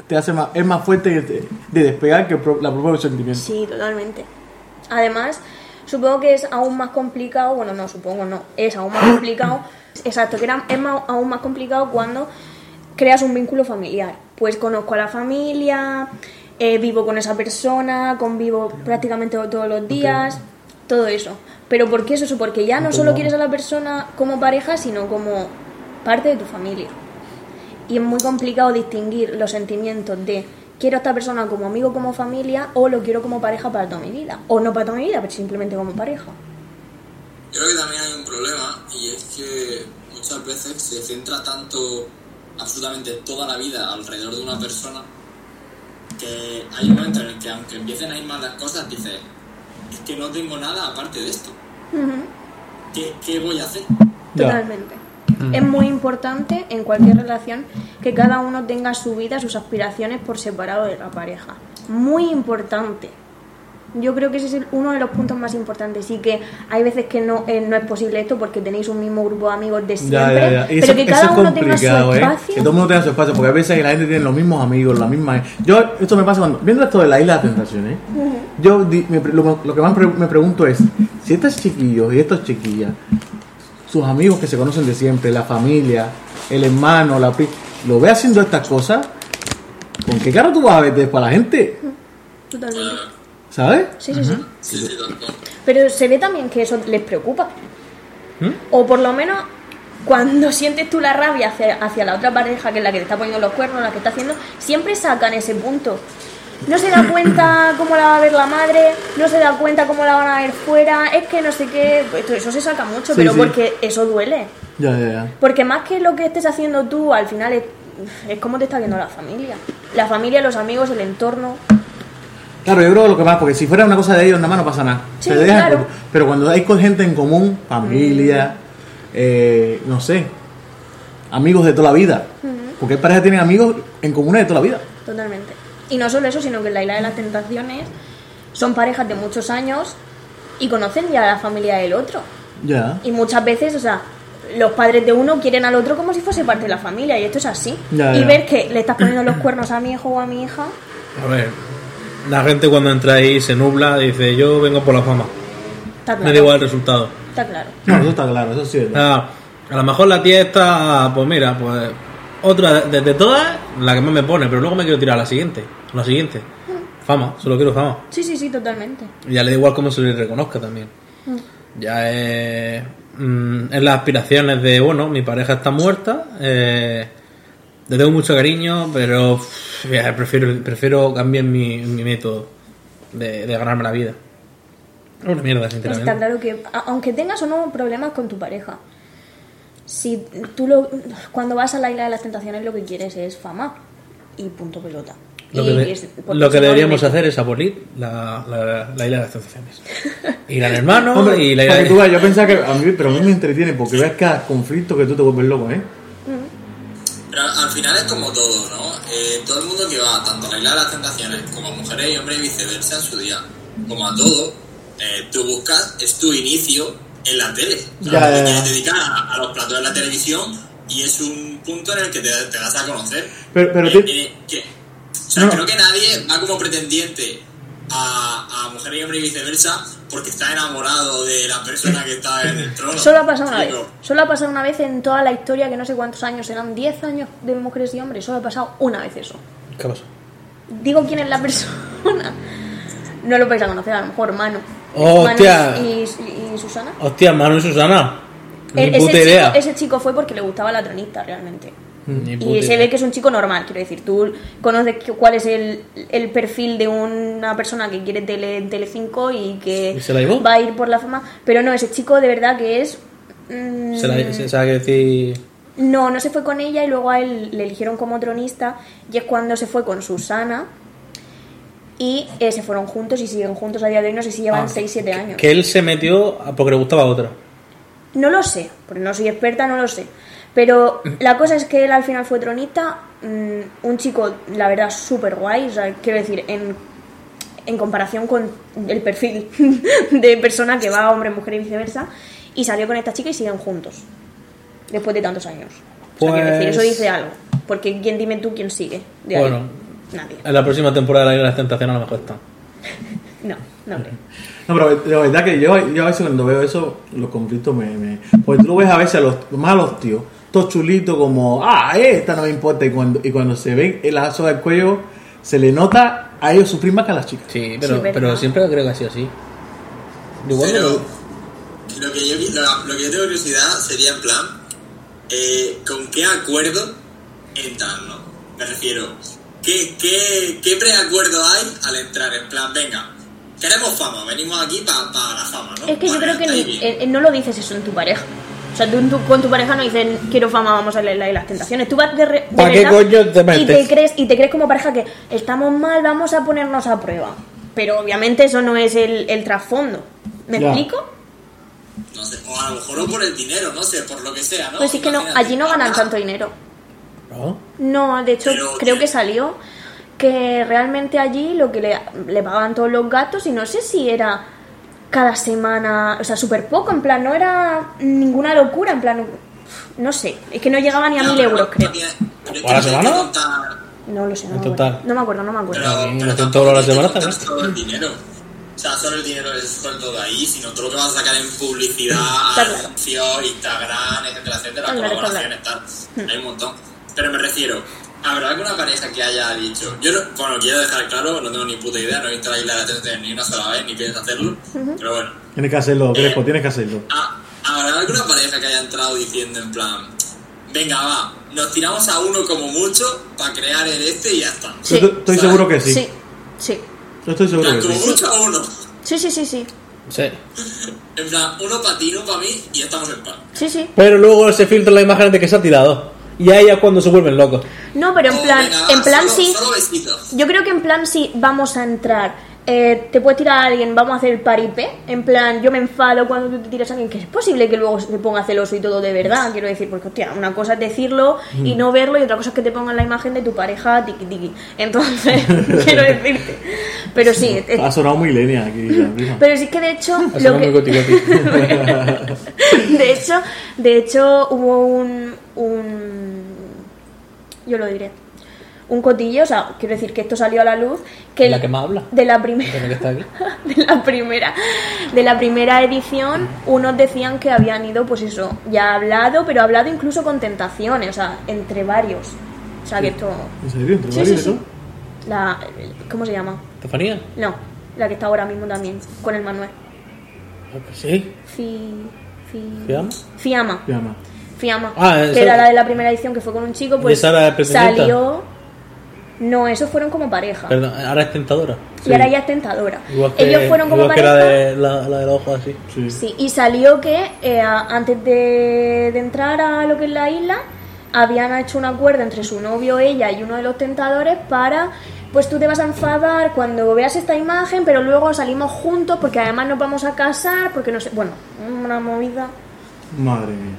S3: te hace más, es más fuerte que te- de despegar que el pro- la propia sentimiento.
S2: Sí, totalmente. Además, supongo que es aún más complicado, bueno, no, supongo no, es aún más complicado, exacto, que era, es ma- aún más complicado cuando creas un vínculo familiar. Pues conozco a la familia, eh, vivo con esa persona, convivo prácticamente todos los días, todo eso. Pero ¿por qué es eso? Porque ya no solo quieres a la persona como pareja, sino como parte de tu familia. Y es muy complicado distinguir los sentimientos de quiero a esta persona como amigo, como familia, o lo quiero como pareja para toda mi vida. O no para toda mi vida, pero simplemente como pareja.
S4: Yo creo que también hay un problema y es que muchas veces se centra tanto absolutamente toda la vida alrededor de una persona que hay un momento en el que aunque empiecen a ir mal las cosas, dices, es que no tengo nada aparte de esto. ¿Qué, qué voy a hacer?
S3: Ya. Mm.
S2: Totalmente. Es muy importante en cualquier relación que cada uno tenga su vida, sus aspiraciones por separado de la pareja. Muy importante. Yo creo que ese es el- uno de los puntos más importantes. Sí que hay veces que no, eh, no es posible esto porque tenéis un mismo grupo de amigos de siempre,
S3: Ya, ya, ya. Y
S2: pero que cada
S3: es
S2: uno tenga su
S3: complicado, ¿eh?
S2: espacio.
S3: Que todo el mundo tenga su espacio, porque a veces la gente tiene los mismos amigos, la misma. ¿eh? Yo, esto me pasa cuando. Viendo esto de la isla de las tentaciones, ¿eh? yo di- me pre- lo, lo que más pre- me pregunto es: si estos chiquillos y estos chiquillas, sus amigos que se conocen de siempre, la familia, el hermano, la pri- lo ve haciendo estas cosas, ¿con qué cara tú vas a ver para la gente?
S2: Totalmente.
S3: ¿Sabes?
S2: Sí, sí, sí.
S4: Sí, sí, tal cual.
S2: Pero se ve también que eso les preocupa.
S3: ¿Mm?
S2: O por lo menos cuando (laughs) sientes tú la rabia hacia, hacia la otra pareja, que es la que te está poniendo los cuernos, la que está haciendo, siempre sacan ese punto. No se
S3: (coughs)
S2: da cuenta cómo la va a ver la madre, no se da cuenta cómo la van a ver fuera, es que no sé qué. Pues esto- eso se saca mucho,
S3: Sí,
S2: pero
S3: sí.
S2: porque eso duele.
S3: Ya, ya, ya.
S2: Porque más que lo que estés haciendo tú, al final es, es cómo te está viendo la familia. La familia, los amigos, el entorno.
S3: Claro, yo creo que lo que más, porque si fuera una cosa de ellos, nada más no pasa nada.
S2: Sí,
S3: Se dejan,
S2: claro.
S3: Pero cuando hay con gente en común, familia,
S2: Mm.
S3: eh, no sé, amigos de toda la vida,
S2: Mm.
S3: porque hay parejas que tienen amigos en común de toda la vida.
S2: Totalmente. Y no solo eso, sino que en la isla de las tentaciones son parejas de muchos años y conocen ya la familia del otro.
S3: Ya,
S2: Y muchas veces, o sea, los padres de uno quieren al otro como si fuese parte de la familia y esto es así.
S3: Ya,
S2: y
S3: ya.
S2: ver que le estás poniendo los cuernos a mi hijo o a mi hija,
S1: A ver, la gente cuando entra ahí se nubla, dice yo vengo por la fama,
S2: está claro.
S1: me da igual el resultado.
S2: Está claro.
S3: no, eso está claro, eso sí es verdad.
S1: Ah, a lo mejor la tía está, pues mira, pues otra de, de todas, la que más me pone, pero luego me quiero tirar a la siguiente, a la siguiente. Fama, solo quiero fama.
S2: Sí, sí, sí, totalmente.
S1: Ya le da igual cómo se le reconozca también.
S2: Mm.
S1: Ya es, mm, es las aspiraciones de, bueno, mi pareja está muerta, eh, le tengo mucho cariño, pero pff, ya prefiero, prefiero cambiar mi, mi método de, de ganarme la vida. Es una mierda, sinceramente.
S2: Está claro que, a- aunque tengas o no problemas con tu pareja, si tú lo, cuando vas a la isla de las tentaciones lo que quieres es fama y punto pelota.
S1: Lo
S2: Y
S1: que, de-
S2: es- porque
S1: lo
S2: si
S1: que
S2: no,
S1: deberíamos
S2: obviamente-
S1: hacer es abolir la, la, la isla de las
S2: (laughs)
S1: tentaciones. Ir al hermano
S3: Hombre,
S1: y la isla
S3: para que tú
S1: de...
S3: veas, yo pensaba que a mí, pero a mí me entretiene porque ves cada conflicto que tú te vuelves loco, ¿eh?
S4: Pero al final es como todo, ¿no? Eh, todo el mundo que va tanto a la isla de las tentaciones como a mujeres y hombres y viceversa en su día, como a todo, eh, tú buscas, es tu inicio en la tele. O sea, tú
S3: Ya, ya,
S4: te
S3: ya.
S4: quieres dedicar a, a los platos de la televisión y es un punto en el que te, te das a conocer.
S3: Pero- pero
S4: Eh,
S3: te-
S4: eh, que- o sea,
S3: No.
S4: creo que nadie va como pretendiente a, a mujeres y hombres y viceversa porque está enamorado de la persona que está en el trono.
S2: Solo ha pasado una vez.
S4: Digo,
S2: Solo ha pasado una vez en toda la historia, que no sé cuántos años eran, 10 años de mujeres y hombres. Solo ha pasado una vez eso.
S1: ¿Qué pasa?
S2: Digo quién es la persona. (laughs) No lo vais a conocer, a lo mejor Manu.
S1: Oh,
S2: Manu
S1: hostia.
S2: y, y Susana.
S1: Hostia, Manu y Susana. Ni
S2: E-
S1: puta
S2: ese,
S1: idea. Mm.
S2: chico, ese chico fue porque le gustaba la tronista realmente.
S1: Ni puta
S2: Y se
S1: idea.
S2: ve que es un chico normal, quiero decir, tú conoces que- cuál es el, el perfil de una persona que quiere tele, Telecinco y que
S1: ¿Y se la llevó?
S2: va a ir por la fama, pero no, ese chico de verdad que es... mm,
S1: Se la, se, sabe que decir...
S2: No, no se fue con ella y luego a él le eligieron como tronista y es cuando se fue con Susana y eh, se fueron juntos y siguen juntos a día de hoy, no sé si llevan
S1: Ah,
S2: 6-7 años.
S1: Que él se metió a- porque le gustaba a otra.
S2: No lo sé, porque no soy experta, no lo sé. Pero la cosa es que él al final fue tronista, mm, un chico, la verdad, súper guay. O sea, quiero decir, en, en comparación con el perfil (laughs) de persona que va hombre, mujer y viceversa. Y salió con esta chica y siguen juntos. Después de tantos años. O sea, quiero decir,
S1: Pues-
S2: eso dice algo. Porque quién dime tú quién sigue. De ahí?
S1: Bueno.
S2: Nadie.
S1: En la próxima temporada de la Isla de las Tentaciones a lo mejor está.
S2: No, no creo.
S3: No, pero la verdad que yo, yo a veces cuando veo eso, los conflictos me, me... Porque tú lo ves a veces a los malos tíos, todos chulitos como, ah, esta no me importa. Y cuando, y cuando se ven el lazo del cuello, se le nota a ellos sufrir más que a las chicas.
S1: Sí,
S2: pero-
S1: pero,
S2: Sí, ¿verdad? pero
S1: pero siempre creo que ha sido así. Igual que
S4: Pero
S1: lo-
S4: lo que, yo, lo, lo que yo tengo curiosidad sería en plan, eh, ¿con qué acuerdo entran, no? Me refiero, ¿qué, qué, qué preacuerdo hay al entrar? En plan, venga, queremos fama, venimos aquí para la fama, ¿no?
S2: Es que yo
S4: Vale,
S2: creo que
S4: hasta ahí (laughs)
S2: ni-
S4: bien.
S2: eh, eh, no lo dices eso en tu pareja. O sea, tú en tu- con tu pareja no dicen quiero fama, vamos a leer la de las tentaciones. Tú vas de, re- de
S7: ¿Pa' qué
S2: verdad
S7: coño te
S2: y
S7: metes?
S2: te crees y te crees como pareja que estamos mal, vamos a ponernos a prueba. Pero obviamente eso no es el, el trasfondo. ¿Me
S3: Ya.
S2: explico?
S4: No sé, o a lo mejor o por el dinero, no sé, por lo que sea, ¿no?
S2: Pues es que no,
S4: Imagínate.
S2: allí no ganan tanto dinero.
S7: ¿No?
S2: No, de hecho
S4: Pero-
S2: creo que salió que realmente allí lo que le, le pagaban todos los gastos y no sé si era cada semana, o sea, súper poco, en plan, no era ninguna locura, en plan, no sé, es que no llegaba ni a
S4: Ya,
S2: mil
S4: pero
S2: euros,
S4: no
S2: creo.
S4: tiene- pero es
S7: ¿O a la
S4: que no hay
S7: semana?
S4: que contar-
S2: No lo sé, no,
S7: En
S2: me
S7: total.
S2: acuerdo. no me acuerdo, no me acuerdo.
S4: Pero,
S7: bien,
S4: pero
S7: unos 100
S4: tampoco
S7: euros a la
S4: tienes que
S7: semana
S4: contar Solo el dinero. O sea, solo el dinero es el sueldo de ahí, sino todo lo que vas a sacar en
S3: (laughs)
S4: publicidad,
S2: Está claro.
S4: anuncios, Instagram, etcétera, etcétera,
S2: Está claro, está
S4: colaboraciones, tal. Hay un montón. Pero me refiero, ¿habrá alguna pareja que haya dicho? Yo, no- bueno, quiero dejar claro, no tengo ni puta idea, no he visto la isla de la Tentación ni una sola vez, ni pienso hacerlo, pero bueno.
S3: Tienes que hacerlo, Crespo, tienes que hacerlo.
S4: Ah, Habrá alguna pareja que haya entrado diciendo en plan, venga va, nos tiramos a uno como mucho para crear el este y ya está.
S2: Sí.
S3: Yo te- estoy seguro que sí.
S2: Sí, sí,
S3: Yo estoy seguro que
S4: Plan, como
S3: sí.
S4: mucho a uno.
S2: sí, sí, sí, sí,
S7: Sí.
S4: En plan, uno para ti, uno para mí y estamos en paz.
S2: sí, sí.
S7: Pero luego se filtran las imágenes de que se ha tirado. Y ahí es cuando se vuelven locos.
S2: No, pero en
S4: Oh,
S2: plan,
S4: venga,
S2: en plan
S4: solo,
S2: sí,
S4: Solo besitos.
S2: yo creo que en plan sí vamos a entrar. eh, te puede tirar a alguien, vamos a hacer el paripé. En plan, yo me enfado cuando tú te tiras a alguien, que es posible que luego se ponga celoso y todo de verdad. Quiero decir, porque hostia, una cosa es decirlo y no verlo, y otra cosa es que te pongan la imagen de tu pareja tiki tiki. Entonces, (laughs) quiero decirte. Pero sí, es-
S3: Ha sonado muy lenia aquí. la prima.
S2: Eh. pero sí que de hecho.
S7: Ha
S2: lo
S7: sonado muy
S2: que- (laughs)
S7: gotigotti.
S2: de hecho, de hecho hubo un, un yo lo diré. Un cotillo, o sea, quiero decir que esto salió a la luz que
S7: ¿De la
S2: el-
S7: que más habla?
S2: De la
S7: Tiene
S2: primera
S7: que estar aquí.
S2: (laughs) de la primera de la primera edición, unos decían que habían ido pues eso, ya hablado, pero hablado incluso con tentaciones, o sea, entre varios. O sea, que esto
S3: ¿En serio? ¿Entre
S2: Sí,
S3: varios
S2: sí,
S3: y
S2: sí.
S3: todo?
S2: La ¿cómo se llama?
S7: ¿Estefanía?
S2: No, la que está ahora mismo también con el Manuel.
S7: Ah, pues sí.
S2: Fi, fi-
S7: ¿Fiamma?
S2: Fiamma.
S3: Llama.
S2: Fiamma,
S7: Ah,
S2: que
S7: esa-
S2: era la de la primera edición que fue con un chico, pues
S7: esa era la presidenta?
S2: salió. No, esos fueron como pareja.
S7: Perdón, ahora es tentadora.
S2: Y ahora ya es tentadora.
S7: Igual que,
S2: Ellos fueron como
S7: igual que la,
S2: pareja.
S7: de, la, la del ojo así.
S3: Sí.
S2: Sí, y salió que eh, a- antes de, de entrar a lo que es la isla, habían hecho un acuerdo entre su novio, ella y uno de los tentadores para. Pues tú te vas a enfadar cuando veas esta imagen, pero luego salimos juntos porque además nos vamos a casar, porque no sé. Bueno, una movida.
S3: Madre mía.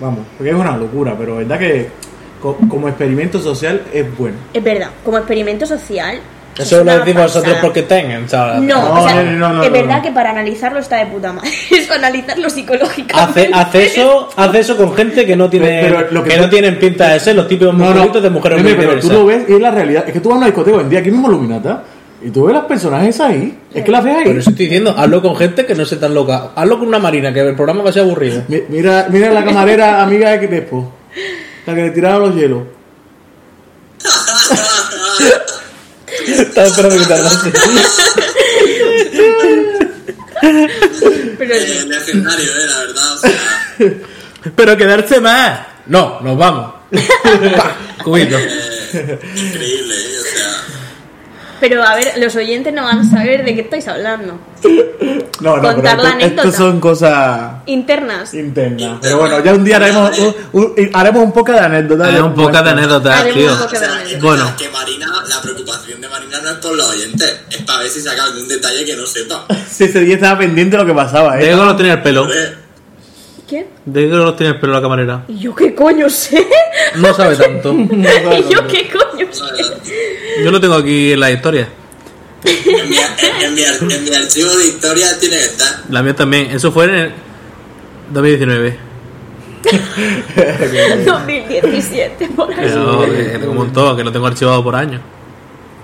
S3: Vamos, porque es una locura, pero verdad que co- como experimento social es bueno.
S2: Es verdad, como experimento social.
S7: Eso
S2: es
S7: lo
S2: una
S7: decimos nosotros
S2: pasada.
S7: porque tengan, ¿sabes?
S2: No, o sea,
S3: no, no, no,
S2: es
S3: no,
S2: verdad
S3: no.
S2: que para analizarlo está de puta madre. (laughs) Eso, analizarlo psicológicamente.
S7: Hace, hace eso, hace eso con gente que no tiene
S3: Pero lo
S7: que,
S3: que
S7: no
S3: tú-
S7: tienen pinta de ser los típicos musculitos de mujeres
S3: Nene,
S7: muy
S3: pero tú
S7: diversas.
S3: lo ves y es la realidad. Es que tú vas a una discoteca hoy en día, aquí mismo Luminata, y tú ves las personajes ahí. Es que las ves
S7: Pero
S3: ahí.
S7: eso estoy diciendo, hazlo con gente que no sea tan loca. Hazlo con una marina, que el programa va a ser aburrido.
S3: Mi- Mira, mira la camarera amiga de Crespo, la que le tiraron los hielos.
S7: Estaba esperando que tardase.
S2: Pero
S4: Eh, legendario, eh, la verdad.
S2: (laughs)
S4: O sea,
S7: Pero quedarse más. No, nos vamos.
S3: (laughs)
S7: (laughs) Pa, Cubito.
S4: eh, increíble, eh, o sea.
S2: Pero a ver, los oyentes no van a saber de qué estáis hablando.
S3: No, no, pero
S2: Contar la
S3: esto-
S2: anécdota.
S3: estos son cosas
S2: Internas.
S3: internas. Pero bueno, ya un día haremos un, un- haremos un poco de anécdota.
S7: anécdotas,
S2: Haremos un poco de
S4: o sea,
S2: anécdota.
S4: es
S7: Bueno.
S4: verdad que Marina, la preocupación de Marina no es por los oyentes, es para ver si saca algún detalle que no sepa.
S3: Si ese día estaba pendiente de lo que pasaba, ¿eh?
S7: Diego no tenía el pelo.
S4: Joder,
S2: ¿Qué?
S7: Diego no tenía el pelo la camarera.
S2: ¿Y yo qué coño sé?
S7: No sabe
S2: (laughs)
S7: tanto.
S2: ¿Y yo qué coño
S4: no,
S2: sé?
S4: la verdad.
S7: Yo lo tengo aquí en la historia.
S4: En mi, en mi ar- en mi archivo de historia tiene que estar.
S7: La mía también. Eso fue en el 2019.
S2: 2017, por ahí.
S7: Pero eh, que tengo un montón, que lo tengo archivado por años. Eh,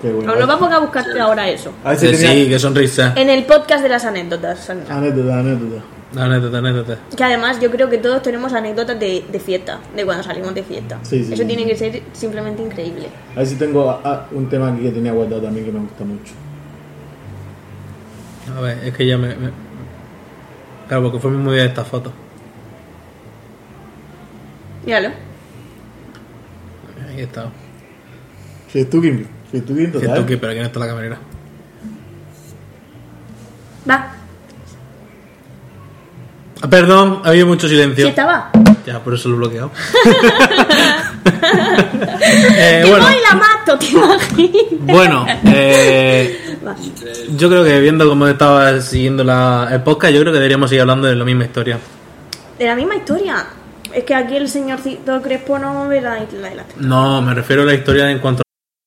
S3: Qué bueno.
S2: No, no vamos a buscarte ahora eso.
S3: A ver si tenía-
S7: sí, que sonrisa.
S2: En el podcast de las anécdotas. Sandra.
S3: Anécdota, anécdota.
S7: Anécdota, anécdota.
S2: Que además yo creo que todos tenemos anécdotas de, de fiesta, de cuando salimos de fiesta.
S3: Sí, sí,
S2: eso
S3: sí.
S2: tiene que ser simplemente increíble.
S3: A ver si tengo ah, un tema aquí que tenía guardado también que me gusta mucho.
S7: A ver, es que ya me. me- Claro, porque fue muy bien esta foto.
S2: Míralo.
S7: Ahí está.
S3: Si tú, Kim. Si tú, Kim, total.
S7: Siento que, pero aquí no está la camarera.
S2: Va.
S1: Ah, Perdón, ha habido mucho silencio.
S2: ¿Sí estaba?
S1: Ya, por eso lo he
S2: (laughs)
S1: bloqueado. (laughs) Eh,
S2: ¡Que
S1: bueno,
S2: voy y la mato, (laughs) te imaginas!
S1: bueno eh, yo creo que viendo cómo estaba siguiendo la, el podcast, yo creo que deberíamos seguir hablando de la misma historia.
S2: De la misma historia. Es que aquí el señorcito Crespo no ve la isla de la
S1: No, me refiero a la historia en cuanto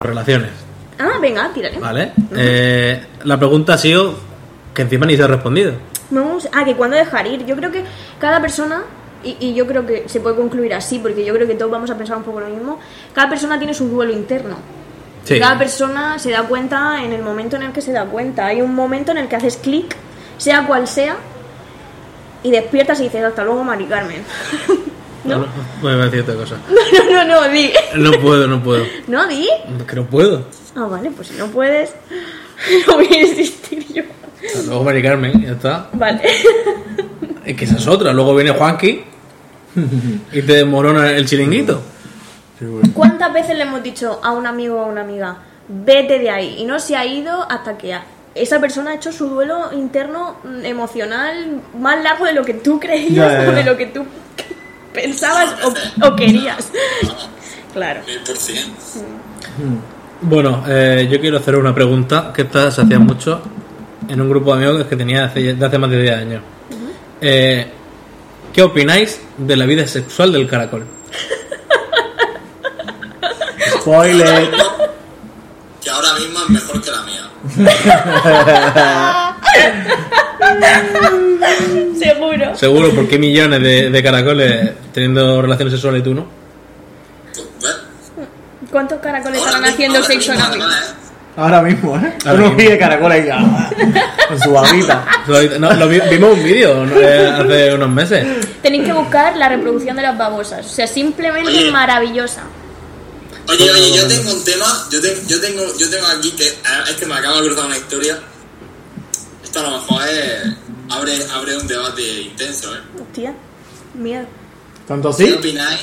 S1: relaciones,
S2: Ah, venga, tírale.
S1: ¿vale? Eh, la pregunta ha sido que encima ni se ha respondido.
S2: Vamos, ah, que cuando dejar ir. Yo creo que cada persona, y, y yo creo que se puede concluir así, porque yo creo que todos vamos a pensar un poco lo mismo, cada persona tiene su duelo interno.
S1: Sí.
S2: Cada persona se da cuenta en el momento en el que se da cuenta. Hay un momento en el que haces clic, sea cual sea, y despiertas y dices, hasta luego, Mari Carmen. (laughs)
S1: No, no, voy a decir otra cosa.
S2: no, no, no, di.
S1: No puedo, no
S2: (laughs)
S1: puedo.
S2: No, di.
S1: Que no puedo.
S2: Ah, vale, pues si no puedes, (laughs) no voy a insistir yo.
S1: Hasta Luego Mari Carmen, ya está.
S2: Vale. (laughs)
S1: Es que esa es otra. Luego viene Juanqui y te desmorona el chiringuito.
S2: ¿Cuántas veces le hemos dicho a un amigo o a una amiga, vete de ahí? Y no se ha ido hasta que ha- esa persona ha hecho su duelo interno mm, emocional más largo de lo que tú creías
S3: Ya, ya, ya.
S2: o de lo que tú pensabas o, o querías. claro.
S4: Mil por cien.
S1: Bueno, eh, yo quiero hacer una pregunta que esta se hacía mucho en un grupo de amigos que tenía hace- de hace más de 10 años. Eh, ¿Qué opináis de la vida sexual del caracol?
S3: Spoiler.
S4: Que ahora mismo es mejor que la mía.
S2: Seguro.
S1: Seguro, porque hay millones de, de caracoles teniendo relaciones sexuales y tú no.
S4: Pues, ¿ves?
S2: ¿Cuántos caracoles
S4: Ahora
S2: estarán
S4: mismo,
S2: haciendo
S4: ahora
S2: sexo en
S4: mismo,
S2: la vida?
S4: además, ¿eh?
S3: Ahora mismo, ¿eh?
S1: Ahora
S3: Uno
S1: mismo.
S3: pide caracol ahí. ah, Con su babita.
S1: No, lo vi- vimos un vídeo ¿no? Eh, hace unos meses.
S2: Tenéis que buscar la reproducción de las babosas. O sea, simplemente
S4: Oye.
S2: maravillosa.
S4: Oye, oye, yo tengo un tema, yo, te- yo tengo, yo tengo aquí que ah, es que me acaba de cruzar una historia. Esto a lo mejor es, abre, abre un debate intenso, ¿eh?
S2: Hostia, miedo.
S3: ¿Tanto
S4: ¿Qué
S3: así?
S4: opináis?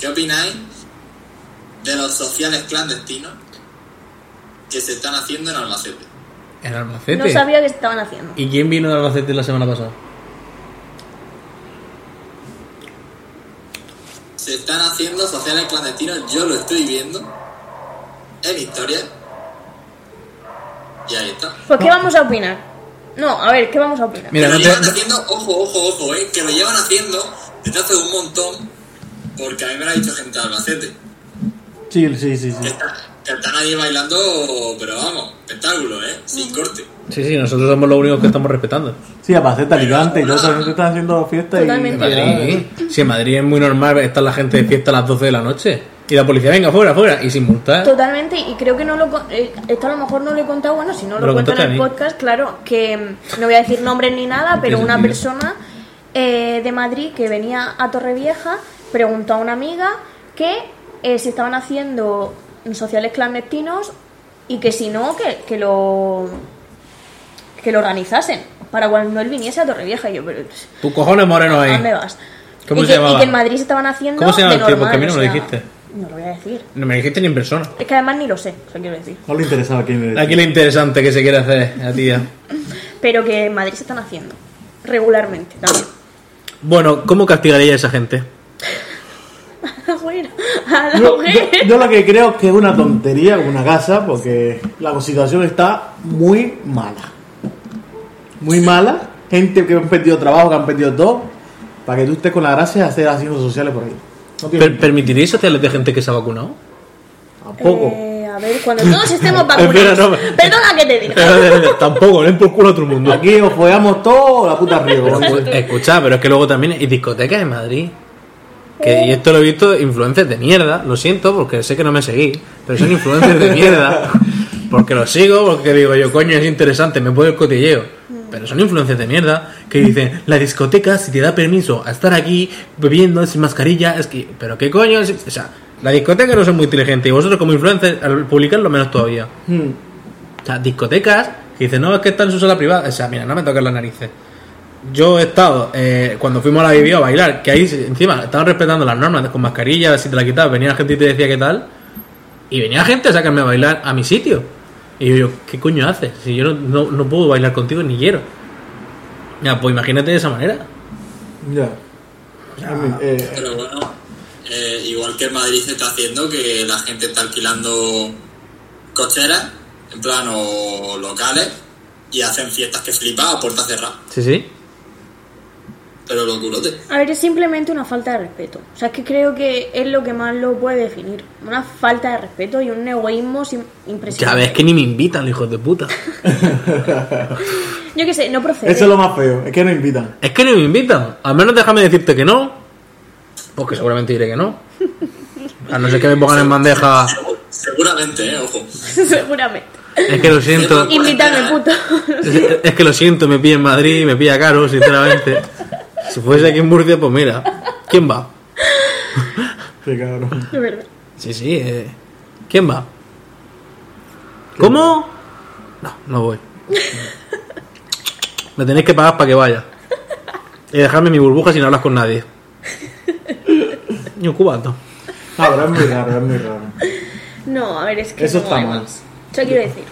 S4: ¿Qué opináis de los sociales clandestinos que se están haciendo en Albacete?
S1: En
S2: No
S1: Albacete.
S2: sabía que estaban haciendo.
S1: ¿Y quién vino de Albacete la semana pasada?
S4: Se están haciendo sociales clandestinos, yo lo estoy viendo en historia. Y ahí está.
S2: Pues, ¿qué vamos a opinar? No, a ver, ¿qué vamos a opinar?
S1: Mira,
S4: que
S1: no
S4: lo
S1: te-
S4: llevan
S1: no-
S4: haciendo, ojo, ojo, ojo, eh, que lo llevan haciendo desde hace un montón, porque a mí me lo ha dicho gente de Albacete.
S3: Sí, sí, sí, sí.
S4: Que, está- que están ahí bailando, pero vamos, espectáculo, ¿eh? Sin corte.
S1: Sí, sí, nosotros somos los únicos que estamos respetando.
S3: Sí, a ser Alicante y todo eso. gente está haciendo fiesta y...
S1: En
S2: Totalmente.
S1: Madrid. Si en Madrid es muy normal estar la gente de fiesta a las 12 de la noche. Y la policía, venga, fuera, fuera. Y sin multar.
S2: Totalmente, y creo que no lo. con- eh, esto a lo mejor no lo he contado, bueno, si no lo,
S1: Lo
S2: cuento en
S1: contaste
S2: el
S1: a mí.
S2: podcast, claro, que mm, no voy a decir nombres ni nada, pero
S1: tiene
S2: una
S1: sentido.
S2: persona eh, de Madrid que venía a Torrevieja preguntó a una amiga que eh, si estaban haciendo sociales clandestinos y que si no, que, que lo. que lo organizasen. para cuando él viniese a Torrevieja. Y yo, pero,
S7: Tus cojones morenos
S2: ¿a
S7: ahí.
S2: dónde vas?
S7: ¿Cómo
S2: y,
S7: se
S2: que,
S7: llamaba?
S2: y que en Madrid se estaban haciendo.
S7: ¿Cómo se llama
S2: de
S7: el tío? Porque a mí no
S2: normal,
S7: me
S2: o
S7: lo
S2: sea,
S7: dijiste.
S2: No lo voy a decir.
S7: No me dijiste ni en persona.
S2: Es que además ni lo sé, o sea, quiero decir.
S3: No le interesaba quién era.
S7: Aquí lo interesante que se quiere hacer la tía.
S2: Pero que en Madrid se están haciendo. Regularmente también. (laughs)
S1: Bueno, ¿cómo castigaría a esa gente?
S2: Bueno, a la
S3: Yo,
S2: hoguera.
S3: yo- yo lo que creo que es una tontería una casa porque la situación está muy mala. Muy mala. Gente que han perdido trabajo, que han perdido todo. Para que tú estés con la gracia de hacer acciones sociales por ahí. No tiene-
S1: Per- ¿Permitiríais sociales de gente que se ha vacunado?
S3: tampoco.
S2: Eh, a ver, cuando
S7: (laughs)
S2: todos estemos vacunados.
S1: Espera, no, me-
S2: Perdona que te
S1: (laughs)
S2: diga.
S1: Tampoco, no es por culo a otro mundo.
S3: Aquí os follamos todo o la puta río.
S1: Pero, pues, escucha, pero es que luego también hay discotecas en Madrid. Que, y esto lo he visto influencers de mierda. Lo siento porque sé que no me seguís, pero son influencers de mierda. Porque los sigo, porque digo yo, coño, es interesante, me puedo el cotilleo. Pero son influencers de mierda que dicen, la discoteca si te da permiso a estar aquí bebiendo sin mascarilla, es que... Pero qué coño, es- o sea, la discoteca no es muy inteligente y vosotros como influencers al publicarlo menos todavía. O sea, discotecas que dicen, no, es que está en su sala privada. O sea, mira, no me toques las narices. Yo he estado, eh, cuando fuimos a la Biblio a bailar, que ahí se- encima estaban respetando las normas con mascarilla, si te la quitabas, venía gente y te decía qué tal. Y venía gente a sacarme a bailar a mi sitio. Y yo, yo ¿qué coño haces? Si yo no, no, no puedo bailar contigo ni quiero. Ya, pues imagínate de esa manera.
S3: Ya. Eh, eh,
S4: Pero bueno, eh, igual que en Madrid se está haciendo, que la gente está alquilando cocheras, en plan, o locales, y hacen fiestas que flipa a puerta cerrada.
S1: Sí, sí.
S4: Pero lo culote.
S2: A ver, es simplemente una falta de respeto. O sea, es que creo que es lo que más lo puede definir. Una falta de respeto y un egoísmo sim-
S1: Ya
S2: impresionante.
S1: ves que ni me invitan, hijos de puta.
S2: Yo qué sé, no procede.
S3: eso es lo más feo. Es que no invitan.
S1: Es que ni me invitan. Al menos déjame decirte que no. Porque seguramente diré que no. A no ser que me pongan en bandeja.
S4: Seguramente, eh, ojo.
S2: (laughs) Seguramente.
S1: Es que lo siento.
S2: Invitarme, puto. (laughs)
S1: Es es que lo siento, me pilla en Madrid, me pilla caro, sinceramente. Si fuese aquí en Murcia, pues mira, ¿quién va?
S3: Sí, cabrón.
S2: De verdad.
S1: Sí, sí, eh, ¿quién va? ¿Cómo? No, no voy. Me tenéis que pagar para que vaya. Y dejarme mi burbuja sin hablar con nadie. Ni un cubato.
S3: No, Ah, pero es muy raro, es muy raro.
S2: No, a ver, es que.
S3: Eso
S2: no
S3: está
S2: hay
S3: mal.
S2: más. O sea, quiero decir,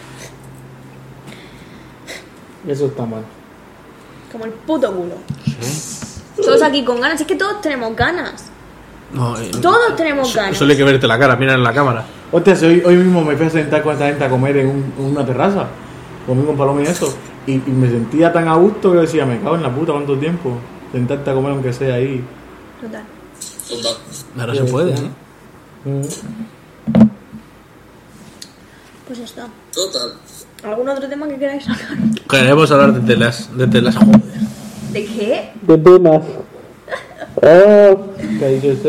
S3: Eso está mal.
S2: como el puto culo. Todos aquí con ganas. Es que todos tenemos ganas.
S1: No, eh,
S2: Todos tenemos ganas.
S1: solo hay que verte la cara, mira en la cámara.
S3: Hostia, si hoy, hoy mismo me fui a sentar con esta gente a comer en, un- en una terraza, conmigo con Paloma y eso, y, y me sentía tan a gusto que yo decía, me cago en la puta, ¿cuánto tiempo? Sentarte a comer aunque sea ahí.
S2: Total.
S4: Total.
S1: Ahora se puede, ¿eh?
S2: Pues ya está.
S4: Total.
S2: ¿Algún otro tema que queráis sacar?
S1: Queremos hablar de telas, de telas.
S2: ¿De qué?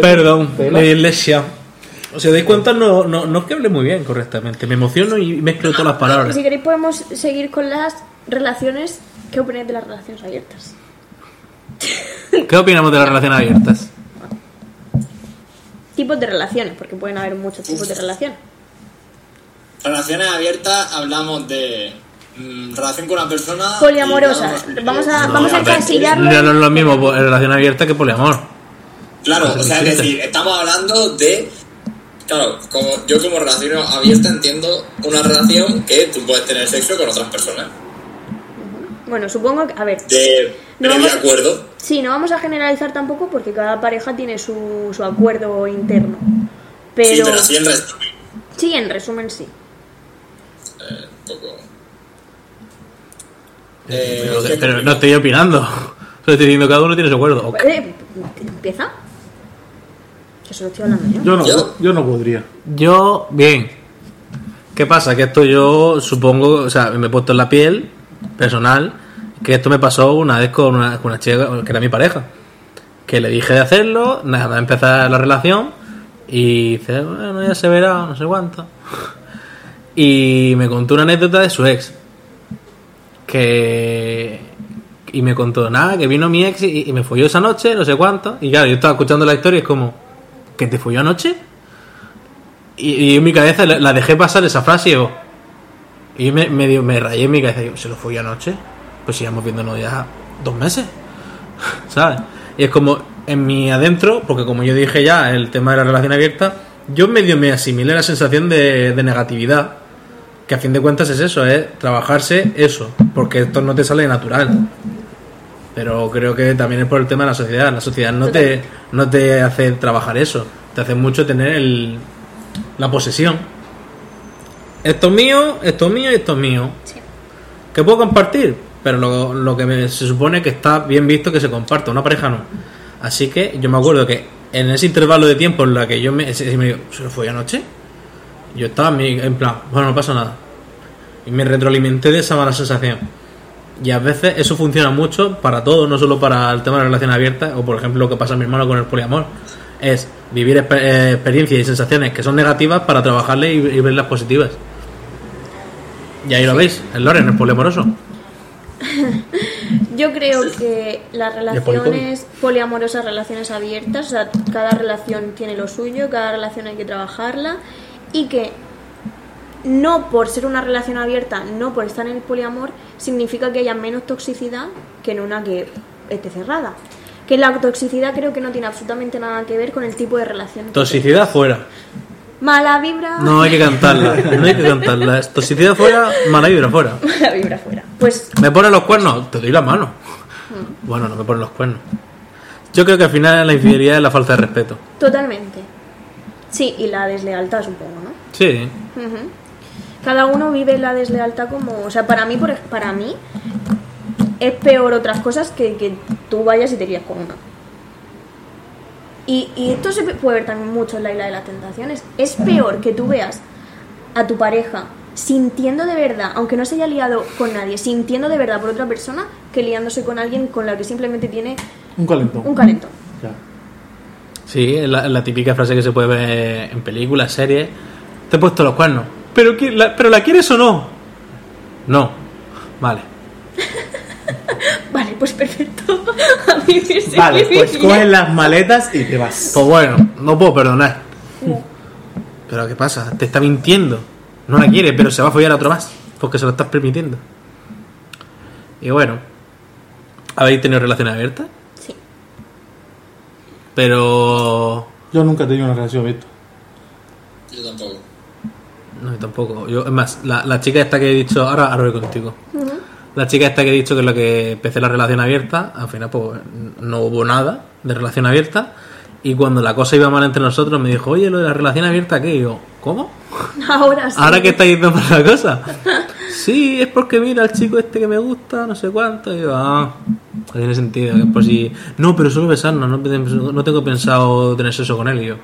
S1: Perdón, la iglesia. O sea, dais cuenta, no, no, no es que hable muy bien correctamente. Me emociono y mezclo todas las palabras.
S2: Si queréis podemos seguir con las relaciones. ¿Qué opináis de las relaciones abiertas?
S1: ¿Qué opinamos de las relaciones abiertas?
S2: Tipos de relaciones, porque pueden haber muchos tipos de relaciones.
S4: Relaciones abiertas, hablamos de mm, relación con una persona.
S2: Poliamorosas.
S4: y-
S2: Vamos a,
S1: No,
S2: vamos a
S1: a ver,
S2: encasillarlo.
S1: Ya no es lo mismo po- relación abierta que poliamor.
S4: Claro, o sea, es decir, estamos hablando de. Claro, como yo como relación abierta entiendo una relación que tú puedes tener sexo con otras personas.
S2: Bueno, supongo que. A ver.
S4: De
S2: No,
S4: previo
S2: vamos-
S4: acuerdo.
S2: Sí, no vamos a generalizar tampoco porque cada pareja tiene su, su acuerdo interno. Pero.
S4: Sí, pero así en resumen.
S2: Sí, en resumen, sí.
S4: eh, un poco.
S1: Pero, pero no estoy opinando. (laughs) Solo estoy diciendo cada uno tiene su acuerdo. Ok.
S2: Eh, ¿Empieza? Que solo estoy hablando yo.
S3: Yo no,
S4: Yo-
S3: yo no podría.
S1: Yo, bien. ¿Qué pasa? Que esto yo supongo, o sea, me he puesto en la piel personal, que esto me pasó una vez con una, con una chica que era mi pareja. Que le dije de hacerlo, nada, va a empezar la relación, y dice, bueno, ya se verá, no sé cuánto. Y me contó una anécdota de su ex. Que. Y me contó, nada, que vino mi ex y, y me folló esa noche, no sé cuánto. Y claro, yo estaba escuchando la historia y es como, ¿que te folló anoche? Y, y en mi cabeza la- la dejé pasar esa frase y yo, y yo me, me, dio- me rayé en mi cabeza. Digo, ¿se lo fui anoche? pues sigamos viéndonos ya dos meses, (laughs) ¿sabes? Y es como en mi adentro, porque como yo dije ya, el tema de la relación abierta, yo medio me asimilé la sensación de, de negatividad, que a fin de cuentas es eso, es trabajarse eso, porque esto no te sale natural. Pero creo que también es por el tema de la sociedad. La sociedad no te, no te hace trabajar eso, te hace mucho tener el, la posesión. Esto es mío, esto es mío y esto es mío.
S2: Sí.
S1: Que puedo compartir, pero lo, lo que me- se supone que está bien visto que se comparta, una pareja no. Así que yo me acuerdo que en ese intervalo de tiempo en la que yo me, si- si me digo, ¿se lo fue anoche? Yo estaba en mi- en plan, bueno, no pasa nada. Y me retroalimenté de esa mala sensación. Y a veces eso funciona mucho para todo, no solo para el tema de la relación abierta, o por ejemplo lo que pasa a mi hermano con el poliamor. Es vivir exper- eh, experiencias y sensaciones que son negativas para trabajarle y, y ver las positivas. Y ahí lo veis, el Loren, el poliamoroso.
S2: Yo creo que las relaciones poliamorosas, relaciones abiertas, o sea, cada relación tiene lo suyo, cada relación hay que trabajarla y que no por ser una relación abierta, no por estar en el poliamor, significa que haya menos toxicidad que en una que esté cerrada. Que la toxicidad creo que no tiene absolutamente nada que ver con el tipo de relación. que
S1: Toxicidad fuera.
S2: tengas. Mala vibra.
S1: No hay que cantarla, no hay que cantarla. Es Toxicidad fuera, mala vibra fuera.
S2: (laughs) Mala vibra fuera. Pues
S1: ¿Me ponen los cuernos? Te doy la mano. Bueno, no me ponen los cuernos. Yo creo que al final la infidelidad es la falta de respeto.
S2: totalmente. Sí, y la deslealtad supongo, ¿no?
S1: Sí.
S2: Ujú. Cada uno vive la deslealtad como, o sea, para mí, por, ej- para mí es peor otras cosas que que tú vayas y te lías con una. Y, y esto se pe- puede ver también mucho en la isla de las tentaciones. Es peor que tú veas a tu pareja sintiendo de verdad, aunque no se haya liado con nadie, sintiendo de verdad por otra persona que liándose con alguien con la que simplemente tiene
S3: Un calentón.
S2: un calentón.
S3: Ya.
S1: Sí, es la, la típica frase que se puede ver en películas, series. Te he puesto los cuernos. ¿Pero, qui- la, ¿pero la quieres o no? No. Vale.
S2: Vale, pues perfecto. (laughs) a mí me se
S3: Vale,
S2: me
S3: pues
S2: iría.
S3: coges las maletas y te vas.
S1: Pues bueno, no puedo perdonar. Pero ¿qué pasa? Te está mintiendo. No la quiere, pero se va a follar a otro más. Porque se lo estás permitiendo. Y bueno. ¿Habéis tenido relaciones abiertas?
S2: Sí.
S1: Pero...
S3: Yo nunca he tenido una relación abierta.
S4: Yo tampoco.
S1: No, yo tampoco. Yo, es más, la, la chica esta que he dicho, ahora, ahora voy contigo. La chica esta que he dicho que es la que empecé la relación abierta, al final pues no hubo nada de relación abierta. Y cuando la cosa iba mal entre nosotros me dijo, oye, lo de la relación abierta, ¿qué? Y yo, ¿cómo?
S2: Ahora sí.
S1: ¿Ahora que está yendo para la cosa? sí, es porque mira al chico este que me gusta, no sé cuánto. Y yo, ah, no tiene sentido. Que por si... No, pero solo besarnos, no, pe- no tengo pensado tener sexo con él. Y yo,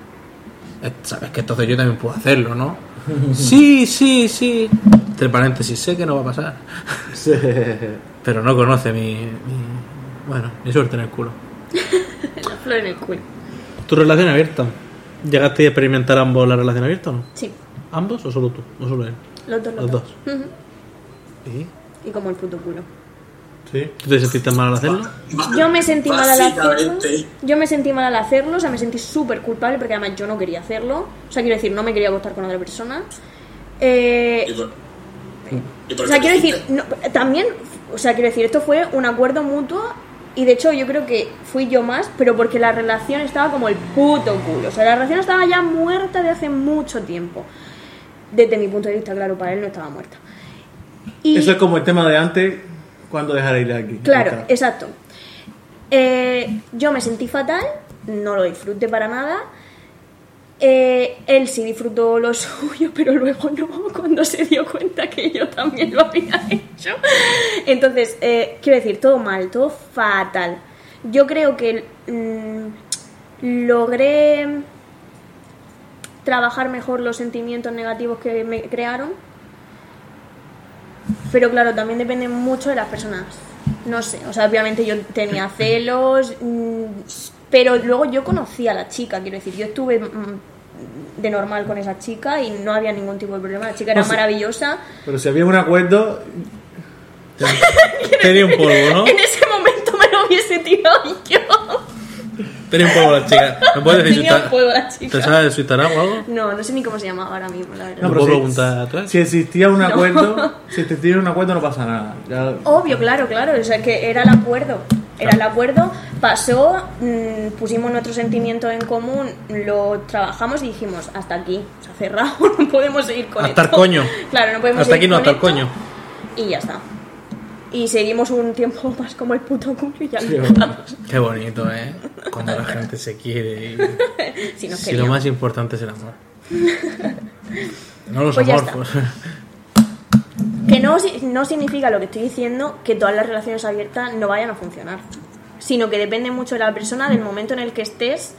S1: "Eh, sabes que entonces yo también puedo hacerlo,
S2: (laughs)
S1: ¿no? sí, sí, sí. Entre paréntesis, sé que no va a pasar. pero no conoce mi, mi- Bueno, mi suerte en el culo.
S2: (laughs) La flor en el culo.
S1: ¿Tu relación abierta? ¿Llegaste a experimentar ambos la relación abierta o no?
S2: Sí.
S1: ¿Ambos o solo tú? ¿O solo él?
S2: Los dos, los,
S1: Los
S2: dos.
S1: dos.
S2: Ujú.
S1: ¿Y?
S2: Y como el puto culo.
S3: Sí.
S1: ¿Tú te sentiste mal al (laughs) hacerlo?
S2: Yo me sentí mal al hacerlo.
S4: Básicamente.
S2: Yo me sentí mal al hacerlo, o sea, me sentí súper culpable porque además yo no quería hacerlo. O sea, quiero decir, no me quería acostar con otra persona. Eh,
S4: ¿Y por, y por
S2: o
S4: qué
S2: sea,
S4: lo
S2: quiero decir,
S4: hiciste?
S2: no, también, o sea, quiero decir, esto fue un acuerdo mutuo y de hecho yo creo que fui yo más, pero porque la relación estaba como el puto culo. O sea, la relación estaba ya muerta de hace mucho tiempo. Desde mi punto de vista, claro, para él no estaba muerta. Y-
S3: Eso
S2: (laughs)
S3: es como el tema de antes, cuando dejaré ir aquí.
S2: Claro,
S3: Ahí está.
S2: exacto. Eh, yo me sentí fatal, no lo disfruté para nada. Eh, él sí disfrutó lo (laughs) suyo, pero luego no, cuando se dio cuenta que yo también lo había (laughs) hecho. Entonces, eh, quiero decir, todo mal, todo fatal. Yo creo que mm, logré trabajar mejor los sentimientos negativos que me crearon, pero claro, también depende mucho de las personas. No sé, o sea, obviamente yo
S3: (laughs)
S2: tenía celos, mm, pero luego yo conocí a la chica, quiero decir, yo estuve mm, de normal con esa chica y no había ningún tipo de problema, la chica era
S3: O sea,
S2: maravillosa. (laughs)
S3: Pero si había un acuerdo,
S1: Te di un polvo, ¿no?
S2: En ese momento me lo hubiese tirado yo.
S1: Tenía un poco la chica. ¿Me puedes decir su
S2: Tenía un
S1: Insta-
S2: juego la chica.
S1: ¿Te sabes de su Instagram o algo?
S2: No, no sé ni cómo se llama ahora mismo, la verdad.
S1: No,
S3: pero
S1: puedo
S3: si-
S1: preguntar atrás?
S3: Si existía un
S2: No.
S3: acuerdo, si existía un acuerdo no pasa nada. Ya-
S2: Obvio, claro, claro. O sea, que era el acuerdo. Era el acuerdo, pasó, mm, pusimos nuestros sentimientos en común, lo trabajamos y dijimos, hasta aquí, se ha cerrado, (laughs) no podemos seguir con
S1: Hasta el
S2: esto.
S1: coño.
S2: Claro, no podemos
S1: Hasta aquí
S2: seguir
S1: no,
S2: con
S1: hasta el
S2: esto.
S1: coño.
S2: Y ya está. Y seguimos un tiempo (laughs) más como el puto culo y ya
S3: Sí,
S2: lo
S3: bueno.
S2: dejamos.
S1: Qué bonito, ¿eh? Cuando la gente se
S2: (laughs)
S1: quiere. Y...
S2: Si nos
S1: Si lo
S2: queríamos.
S1: más importante es el
S2: (laughs)
S1: amor. No los
S2: Pues ya
S1: amorfos.
S2: Que no, si- no significa lo que estoy diciendo que todas las relaciones abiertas no vayan a funcionar, sino que depende mucho de la persona, del momento en el que estés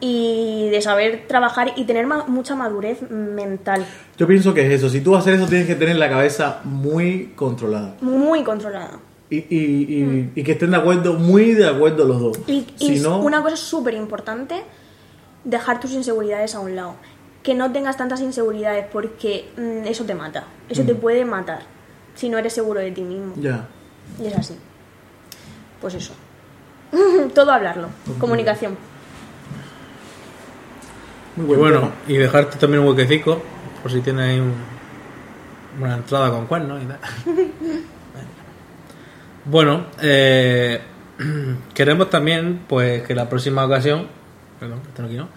S2: y de saber trabajar y tener ma- mucha madurez mental,
S3: Yo pienso que es eso. Si tú vas a hacer eso, tienes que tener la cabeza muy controlada.
S2: muy controlada.
S3: Y, y, y, y que estén de acuerdo, muy de acuerdo los dos.
S2: Mm. Y, y
S3: si no,
S2: una cosa súper importante, dejar tus inseguridades a un lado. Que no tengas tantas inseguridades porque mm, eso te mata, eso
S3: Mm.
S2: te puede matar si no eres seguro de ti mismo.
S3: Ya.
S2: Y es así. Pues eso. (laughs) Todo hablarlo. Comunicación.
S3: Muy
S1: Y
S3: buen
S1: bueno,
S3: tema.
S1: y dejarte también un huequecico, por si tienes ahí un- una entrada con cuernos y tal. (laughs) Bueno, eh, (clears throat) queremos también pues que la próxima ocasión, perdón, este no aquí no,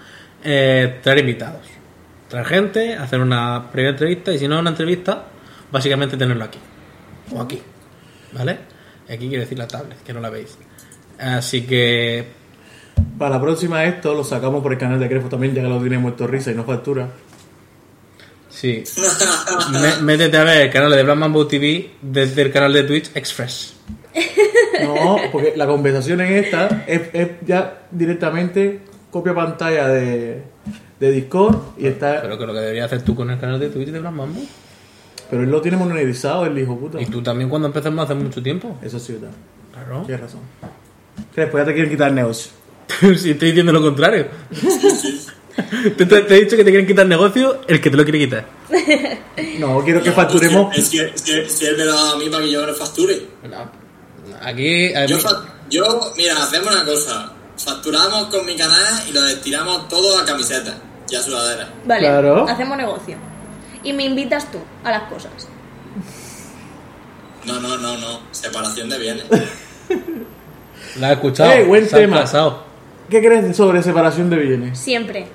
S1: eh, traer invitados, traer gente, hacer una previa entrevista y si no una entrevista, básicamente tenerlo aquí o aquí, ¿vale? Aquí quiero decir la tablet, que no la veis. Así que
S3: Para la próxima esto lo sacamos por el canal de Crefo también, ya que lo tiene muerto risa y no factura.
S1: (laughs) Sí. Me- métete a ver el canal de Black Mambo TV desde el canal de Twitch Express.
S2: (laughs)
S3: No, porque la conversación en esta es, es ya directamente copia pantalla de, de Discord y está...
S1: Pero que lo que deberías hacer tú con el canal de Twitch de Black Mambo.
S3: Pero él lo tiene monetizado, el hijo puta.
S1: Y tú también cuando empezamos hace mucho tiempo.
S3: Eso sí, verdad.
S1: Claro. (laughs)
S3: Tienes razón. Que después ya te quieren quitar el negocio.
S1: si estoy diciendo lo contrario. (laughs) te, te- te he dicho que te quieren quitar negocio, el que te lo quiere quitar.
S3: No, quiero que facturemos.
S4: Es que, es que si él me lo ha dado a mí para que yo me lo facture.
S1: No. Aquí. a mí-
S4: Yo, fa- yo, mira, hacemos una cosa. Facturamos con mi canal y lo destinamos todo a camisetas y a sudaderas.
S2: Vale.
S3: Claro.
S2: Hacemos negocio. Y me invitas tú a las cosas.
S4: No, no, no, no. Separación de
S3: (laughs)
S4: bienes.
S1: La he escuchado.
S3: Eh, buen
S1: se ha
S3: tema.
S1: pasado.
S3: ¿Qué crees sobre separación de bienes?
S2: Siempre.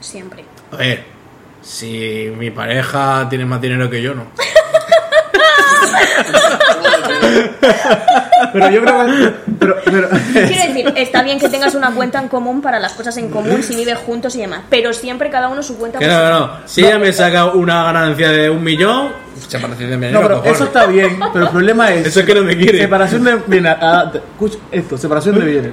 S2: Siempre.
S1: A ver. Si mi pareja tiene más dinero que yo, no.
S3: Pero yo creo que. Pero,
S1: (laughs)
S3: pero,
S2: Quiero decir, está bien que tengas una cuenta en común para las cosas en común si vives juntos y demás. Pero siempre cada uno su cuenta.
S1: Que
S2: por
S1: no,
S2: sí.
S1: no. Si ella me saca una ganancia de un millón, separación de mi
S3: no, pero eso está bien, pero el problema es.
S1: Eso es que no me quiere.
S3: Separación de bienes. ah, te- Escucha esto: separación de bienes.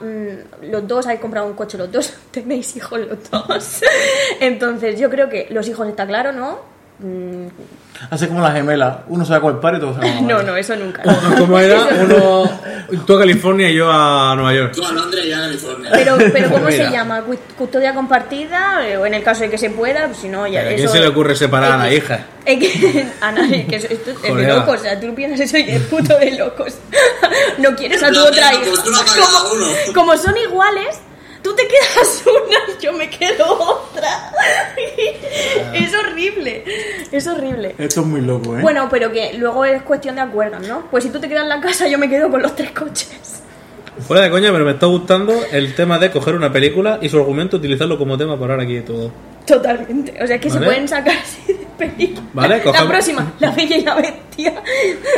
S2: mm, los dos habéis comprado un coche, los dos (laughs) tenéis hijos, los dos. Entonces, yo creo que los hijos está claro, ¿no? Mm,
S3: Hace como la gemela. Uno se va con el padre y todo se va con la
S2: No,
S3: madre.
S2: no, eso nunca.
S1: ¿Cómo
S2: (laughs)
S1: era? Uno, tú a California y yo a Nueva York.
S4: Tú a Londres y yo a California.
S1: (laughs)
S2: Pero, pero ¿cómo
S1: Mira.
S2: se llama? ¿Cust- ¿Custodia compartida? Eh, O en el caso de que se pueda, pues, si no, ya.
S1: ¿A quién
S2: eso-
S1: se le ocurre separar a la
S2: X.
S1: hija?
S2: (laughs) Es que, Ana, es que eso- esto es de
S1: Joder.
S2: locos, o sea, tú piensas eso y es puto de locos. (laughs) No quieres a tu
S4: No,
S2: otra
S4: no,
S2: hija.
S4: pues una para cada uno.
S2: Como, (laughs) como son iguales, tú te quedas (laughs) una y yo me quedo otra. (laughs) Es horrible, es horrible.
S3: Esto es muy loco, ¿eh?
S2: Bueno, pero que luego es cuestión de acuerdos, ¿no? Pues si tú te quedas en la casa, yo me quedo con los tres coches.
S1: Fuera de coña, pero me está gustando el tema de coger una película y su argumento utilizarlo como tema para ahora aquí de todo.
S2: Totalmente. O sea, es que
S1: Vale.
S2: se pueden sacar así de película.
S1: Vale,
S2: la
S1: cogemos-
S2: próxima, la bella y la bestia.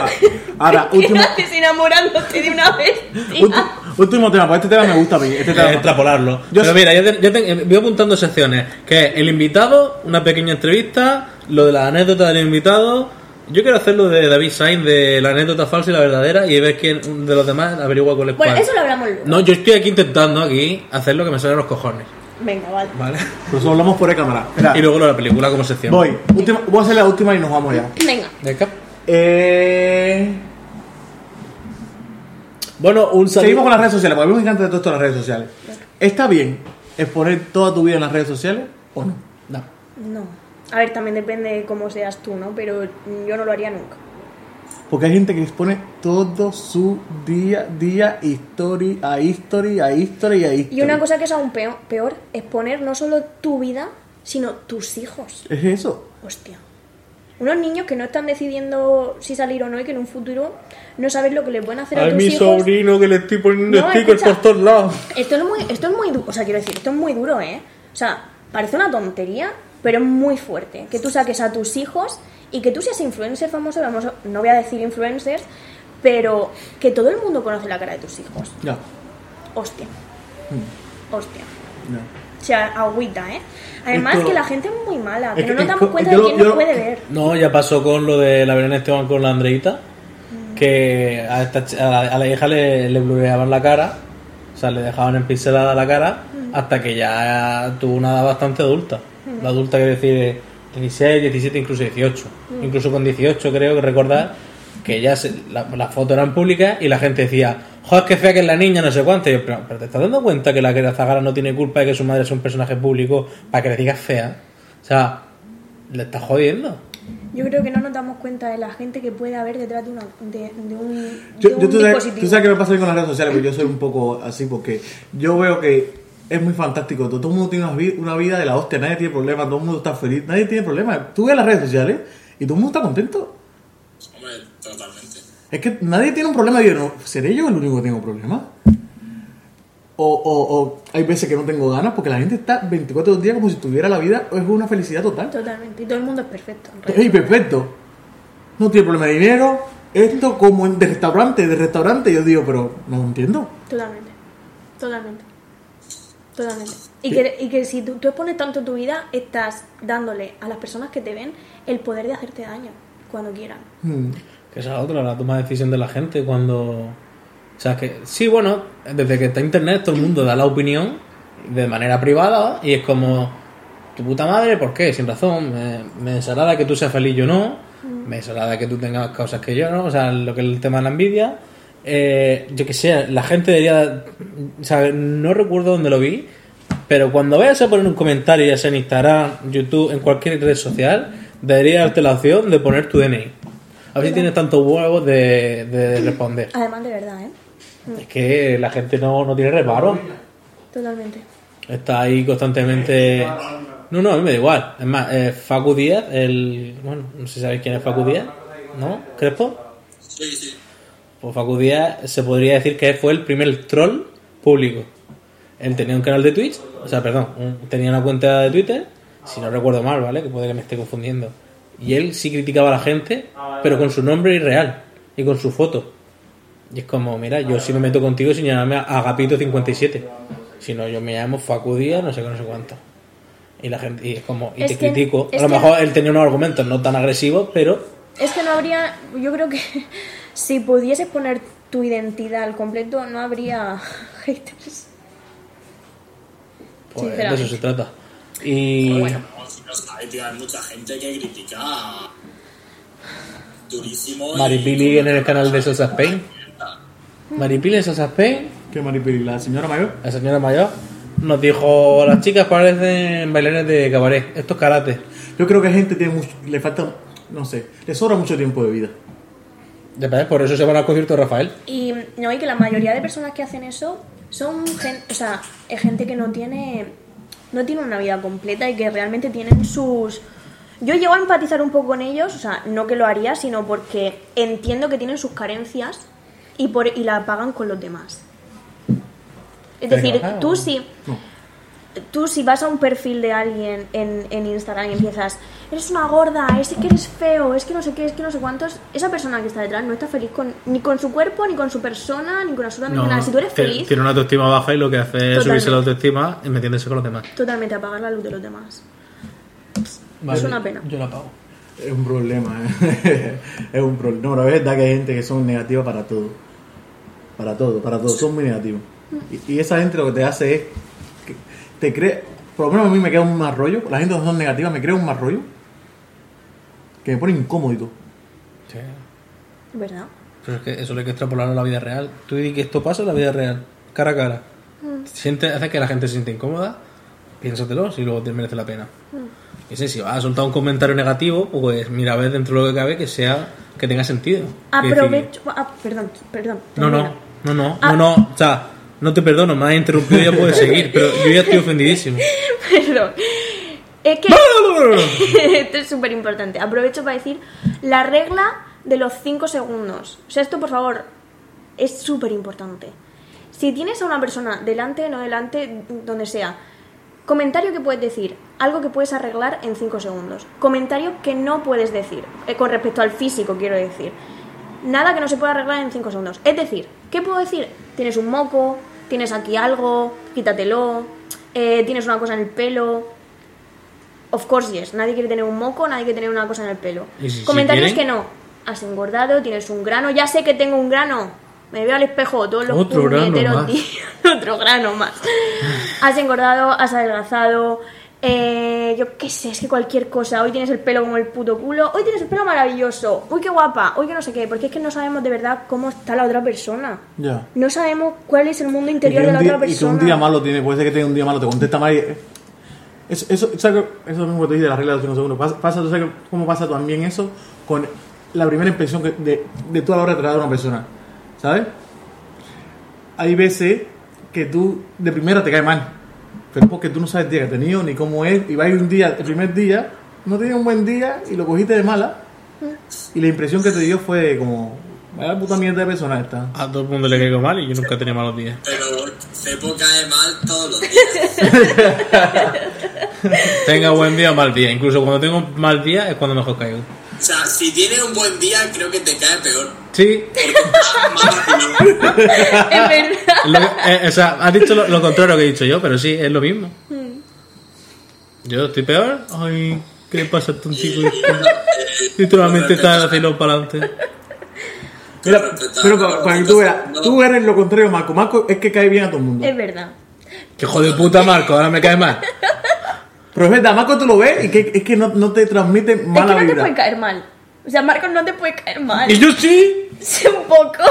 S2: (laughs)
S3: Ahora,
S2: ¿Qué
S3: último,
S2: haces enamorándote de una
S3: último,
S2: bestia?
S3: último tema, pues este tema me gusta a mí.
S1: (laughs)
S3: Este
S1: Eh,
S3: tema.
S1: extrapolarlo.
S3: Yo
S1: Pero
S3: sé-
S1: mira, yo, te- yo te- eh, voy apuntando secciones. Que es el invitado, una pequeña entrevista, lo de la anécdota del invitado. Yo quiero hacer lo de David Sainz, de la anécdota falsa y la verdadera, y ver quién de los demás averigua cuál es
S2: Bueno,
S1: cuál.
S2: eso lo hablamos luego.
S1: No, yo estoy aquí intentando aquí hacer lo que me sale a los cojones,
S2: Venga, vale.
S1: ¿vale?
S3: Pero solo hablamos por cámara. Mira,
S1: Y luego lo de la película como sección.
S3: Ah. voy. Última- voy a hacer la última y nos vamos ya.
S2: Venga.
S1: Venga.
S3: Eh,
S1: Bueno, un saludo.
S3: seguimos con las redes sociales, porque a mí me encanta de todo esto de las redes sociales. ¿Está bien exponer toda tu vida en las redes sociales o no?
S1: No.
S2: No. A ver, también depende de cómo seas tú, ¿no? Pero yo no lo haría nunca.
S3: Porque hay gente que expone todo su día, día, history, a history, a history, a history.
S2: Y una cosa que es aún peor, peor es poner no solo tu vida, sino tus hijos.
S3: Es eso.
S2: Hostia. Unos niños que no están decidiendo si salir o no y que en un futuro no sabes lo que le pueden hacer a, tus hijos.
S1: que le estoy poniendo
S2: No, stickers escucha. por todos
S1: lados.
S2: Esto es muy, esto es muy duro, o sea, quiero decir, esto es muy duro, ¿eh? O sea, parece una tontería, pero es muy fuerte. Que tú saques a tus hijos y que tú seas influencer famoso, vamos, no voy a decir influencers, pero que todo el mundo conoce la cara de tus hijos.
S3: Ya,
S2: Hostia.
S3: Hmm.
S2: Hostia.
S3: ya.
S2: O sea, agüita, ¿eh? Además
S3: Esto-
S2: que la gente es muy mala, que
S3: es
S2: no
S3: que-
S2: nos
S3: es
S2: damos
S3: co-
S2: cuenta
S3: yo
S2: de
S3: lo-
S2: quién
S3: yo
S2: nos
S3: lo-
S2: puede ver.
S1: No, ya pasó con lo de la Belén Esteban con la Andreita, que a, esta ch- a la, a la hija le, le blureaban la cara, o sea, le dejaban en pincelada la cara, hasta que ya tuvo una edad bastante adulta. La adulta quiere decir 16, 17, incluso 18. Incluso con 18 creo que recordar que ya se- la- las fotos eran públicas y la gente decía, joder, qué fea que es la niña, no sé cuánto. Y yo, pero, pero te estás dando cuenta que la que la Zagara no tiene culpa de que su madre es un personaje público para que le digas fea. O sea, le estás jodiendo.
S2: Yo creo que no nos damos cuenta de la gente que puede haber detrás de, una- de- de un,
S3: Yo,
S2: de
S3: yo
S2: un
S3: tú, sabes,
S2: dispositivo.
S3: tú sabes que me pasa a mí con las redes sociales, porque yo soy un poco así, porque yo veo que es muy fantástico. Todo, todo el mundo tiene una, vi- una vida de la hostia, nadie tiene problemas, todo el mundo está feliz, nadie tiene problemas. Tú ves las redes sociales y todo el mundo está contento.
S4: Hombre, totalmente.
S3: Es que nadie tiene un problema y yo no, ¿seré yo el único que tengo problemas? O, o, o hay veces que no tengo ganas porque la gente está 24 días como si tuviera la vida, es una felicidad total.
S2: Totalmente, y todo el mundo es perfecto. en realidad.
S3: ¡Ey, perfecto! No tiene problema de dinero, esto como en- de restaurante, de restaurante, yo digo, pero no lo entiendo.
S2: Totalmente. Totalmente. Totalmente. Y que, y que si tú, tú expones tanto tu vida, estás dándole a las personas que te ven el poder de hacerte daño cuando quieran.
S3: Hmm.
S1: Que esa es otra, la toma de decisión de la gente cuando... O sea, que sí, bueno, desde que está internet todo el mundo da la opinión de manera privada y es como, tu puta madre, ¿por qué? Sin razón, me, me desagrada que tú seas feliz, yo no, me desagrada que tú tengas cosas que yo no, o sea, lo que es el tema de la envidia. Eh, yo que sé, la gente debería... O sea, no recuerdo dónde lo vi, pero cuando vayas a poner un comentario, ya sea en Instagram, YouTube, en cualquier red social, debería darte la opción de poner tu DNI. A ver si tienes tantos huevos de, de responder.
S2: Además, de verdad, ¿eh?
S1: Es que la gente no, no tiene reparo.
S2: Totalmente.
S1: Está ahí constantemente. No, no, a mí me da igual. Es más, eh, Facu Díaz, el. Bueno, no sé si sabéis quién es Facu Díaz, ¿no? ¿Crespo?
S4: Sí, sí.
S1: Pues Facu Díaz se podría decir que fue el primer troll público. Él tenía un canal de Twitch, o sea, perdón, un- tenía una cuenta de Twitter, si no recuerdo mal, ¿vale? Que puede que me esté confundiendo. Y él sí criticaba a la gente, pero con su nombre irreal y con su foto. Y es como, mira, yo sí me meto contigo sin llamarme Agapito57. Si no, yo me llamo Facu Díaz, no sé qué, no sé cuánto. Y la gente, y es como, y
S2: Es
S1: te
S2: que-
S1: critico.
S2: es
S1: a lo
S2: que-
S1: mejor él tenía unos argumentos no tan agresivos, pero
S2: (laughs) Es que no habría. Yo creo que si pudieses poner tu identidad al completo, no habría (laughs) haters.
S1: Pues de
S2: Sinceramente. Pues
S1: eso se trata. Y.
S4: No, si no sabes, tío, hay mucha gente que critica durísimo. y-
S1: Maripili en el canal de Sosa Spain. Maripili en Sosa Spain,
S3: ¿Qué maripili? ¿La señora mayor?
S1: la señora mayor, nos dijo: Las chicas parecen bailarines de cabaret. Esto es karate.
S3: Yo creo que a gente tiene mucho, le falta, no sé, le sobra mucho tiempo de vida.
S1: De verdad, Por eso se van al concierto de Rafael.
S2: Y no, y que la mayoría de personas que hacen eso son gen- o sea, es gente que no tiene no tiene una vida completa y que realmente tienen sus yo llego a empatizar un poco con ellos, o sea, no que lo haría, sino porque entiendo que tienen sus carencias y por y la pagan con los demás. Es
S1: Pero,
S2: decir,
S1: claro.
S2: tú sí tú si vas a un perfil de alguien en, en Instagram y empiezas, eres una gorda, es que eres feo, es que no sé qué, es que no sé cuántos, esa persona que está detrás no está feliz con, ni con su cuerpo, ni con su persona, ni con absolutamente nada. Si tú eres
S1: tiene-
S2: feliz,
S1: Tiene una autoestima baja y lo que hace es
S2: Totalmente.
S1: subirse la autoestima y metiéndose con los demás.
S2: totalmente apagas la luz de los demás. Es una pena.
S1: Yo la pago.
S3: Es un problema, (laughs) ¿eh? es un problema. No, pero es verdad que hay gente que son negativas para todo. Para todo, para todo. Son muy negativos. Y, y esa gente lo que te hace es. que te cree. Por lo menos a mí me queda un mal rollo. La gente que son negativas me crea un mal rollo. Que me pone incómodo y todo.
S1: Sí.
S2: ¿Verdad?
S1: Pero es que eso lo hay que extrapolar a la vida real. Tú di que esto pasa en la vida real, cara a cara.
S2: Mm.
S1: Siente, hace que la gente se siente incómoda, piénsatelo, si luego te merece la pena.
S2: Mm.
S1: Y sí, si vas a soltar un comentario negativo, pues mira, a ver dentro de lo que cabe que sea que tenga sentido. Que decir-
S2: Aprovecho... ah, perdón, perdón.
S1: No,
S2: termina. (laughs)
S1: no, no, no,
S2: Ah.
S1: no, no, o sea, no te perdono, me has interrumpido, ya puedes seguir, pero yo ya estoy ofendidísimo.
S2: Perdón. Es que...
S1: No, no, no, no. (laughs)
S2: esto es súper importante. Aprovecho para decir la regla de los 5 segundos. O sea, esto por favor es súper importante. Si tienes a una persona delante, no delante, donde sea, comentario que puedes decir, algo que puedes arreglar en 5 segundos. Comentario que no puedes decir, eh, con respecto al físico, quiero decir. Nada que no se pueda arreglar en 5 segundos. Es decir, ¿qué puedo decir? Tienes un moco, tienes aquí algo, quítatelo, eh, tienes una cosa en el pelo, Of course yes, nadie quiere tener un moco, nadie quiere tener una cosa en el pelo.
S1: ¿Y si- si
S2: Comentarios
S1: quieren?
S2: que no. Has engordado, tienes un grano, ya sé que tengo un grano. Me veo al espejo todos los
S1: Otro grano
S2: puñeteros
S1: más.
S2: días. (laughs) Otro grano más. Has engordado, has adelgazado. eh, yo qué sé, es que cualquier cosa. Hoy tienes el pelo como el puto culo. Hoy tienes el pelo maravilloso. Uy, qué guapa. Uy, que no sé qué. Porque es que no sabemos de verdad cómo está la otra persona.
S3: Ya.
S2: No sabemos cuál es el mundo interior
S3: que
S2: de
S3: un
S2: la
S3: día-
S2: otra
S3: y que
S2: persona.
S3: un día malo tiene, puede ser que tenga un día malo, te contesta mal. y- eso, eso, ¿sabes qué? eso mismo que te dije de la regla de los 5 segundos. Pasa, pasa- ¿tú sabes cómo pasa también eso con la primera impresión que- de, de tú a la hora de tratar a una persona? ¿Sabes? Hay veces que tú de primera te cae mal, pero porque tú no sabes el día que ha tenido ni cómo es. Y va a ir un día, el primer día, no tenía un buen día y lo cogiste de mala. Y la impresión que te dio fue como, vaya puta mierda de persona esta.
S1: A todo el mundo le caigo mal y yo nunca tenía malos días.
S4: Pero Cepo cae mal todos los días.
S1: Tenga buen día o mal día, incluso cuando tengo mal día es cuando mejor caigo.
S4: O sea, si tienes un buen día, creo que te cae
S3: (laughs)
S4: peor.
S1: Sí,
S4: Mal,
S2: Es verdad.
S1: Lo- eh, o sea, has dicho lo, lo contrario que he dicho yo, pero sí, es lo mismo. Yo estoy peor. Ay, ¿qué le pasa a un (laughs) chico? Literalmente está haciendo para adelante.
S3: Mira, pero para, para que tú veas, tú eres lo contrario, Marco. Marco es que cae bien a todo el
S2: (laughs)
S3: mundo.
S2: Es verdad.
S1: Que hijo de puta, Marco, ahora me caes mal.
S3: Pero es verdad, Marco tú lo ves y que es que no, no te transmite mala
S2: es que no te
S3: vibra.
S2: puede caer mal. O sea, Marcos no te puede caer mal.
S1: Y yo sí.
S2: (laughs) Sí, un poco.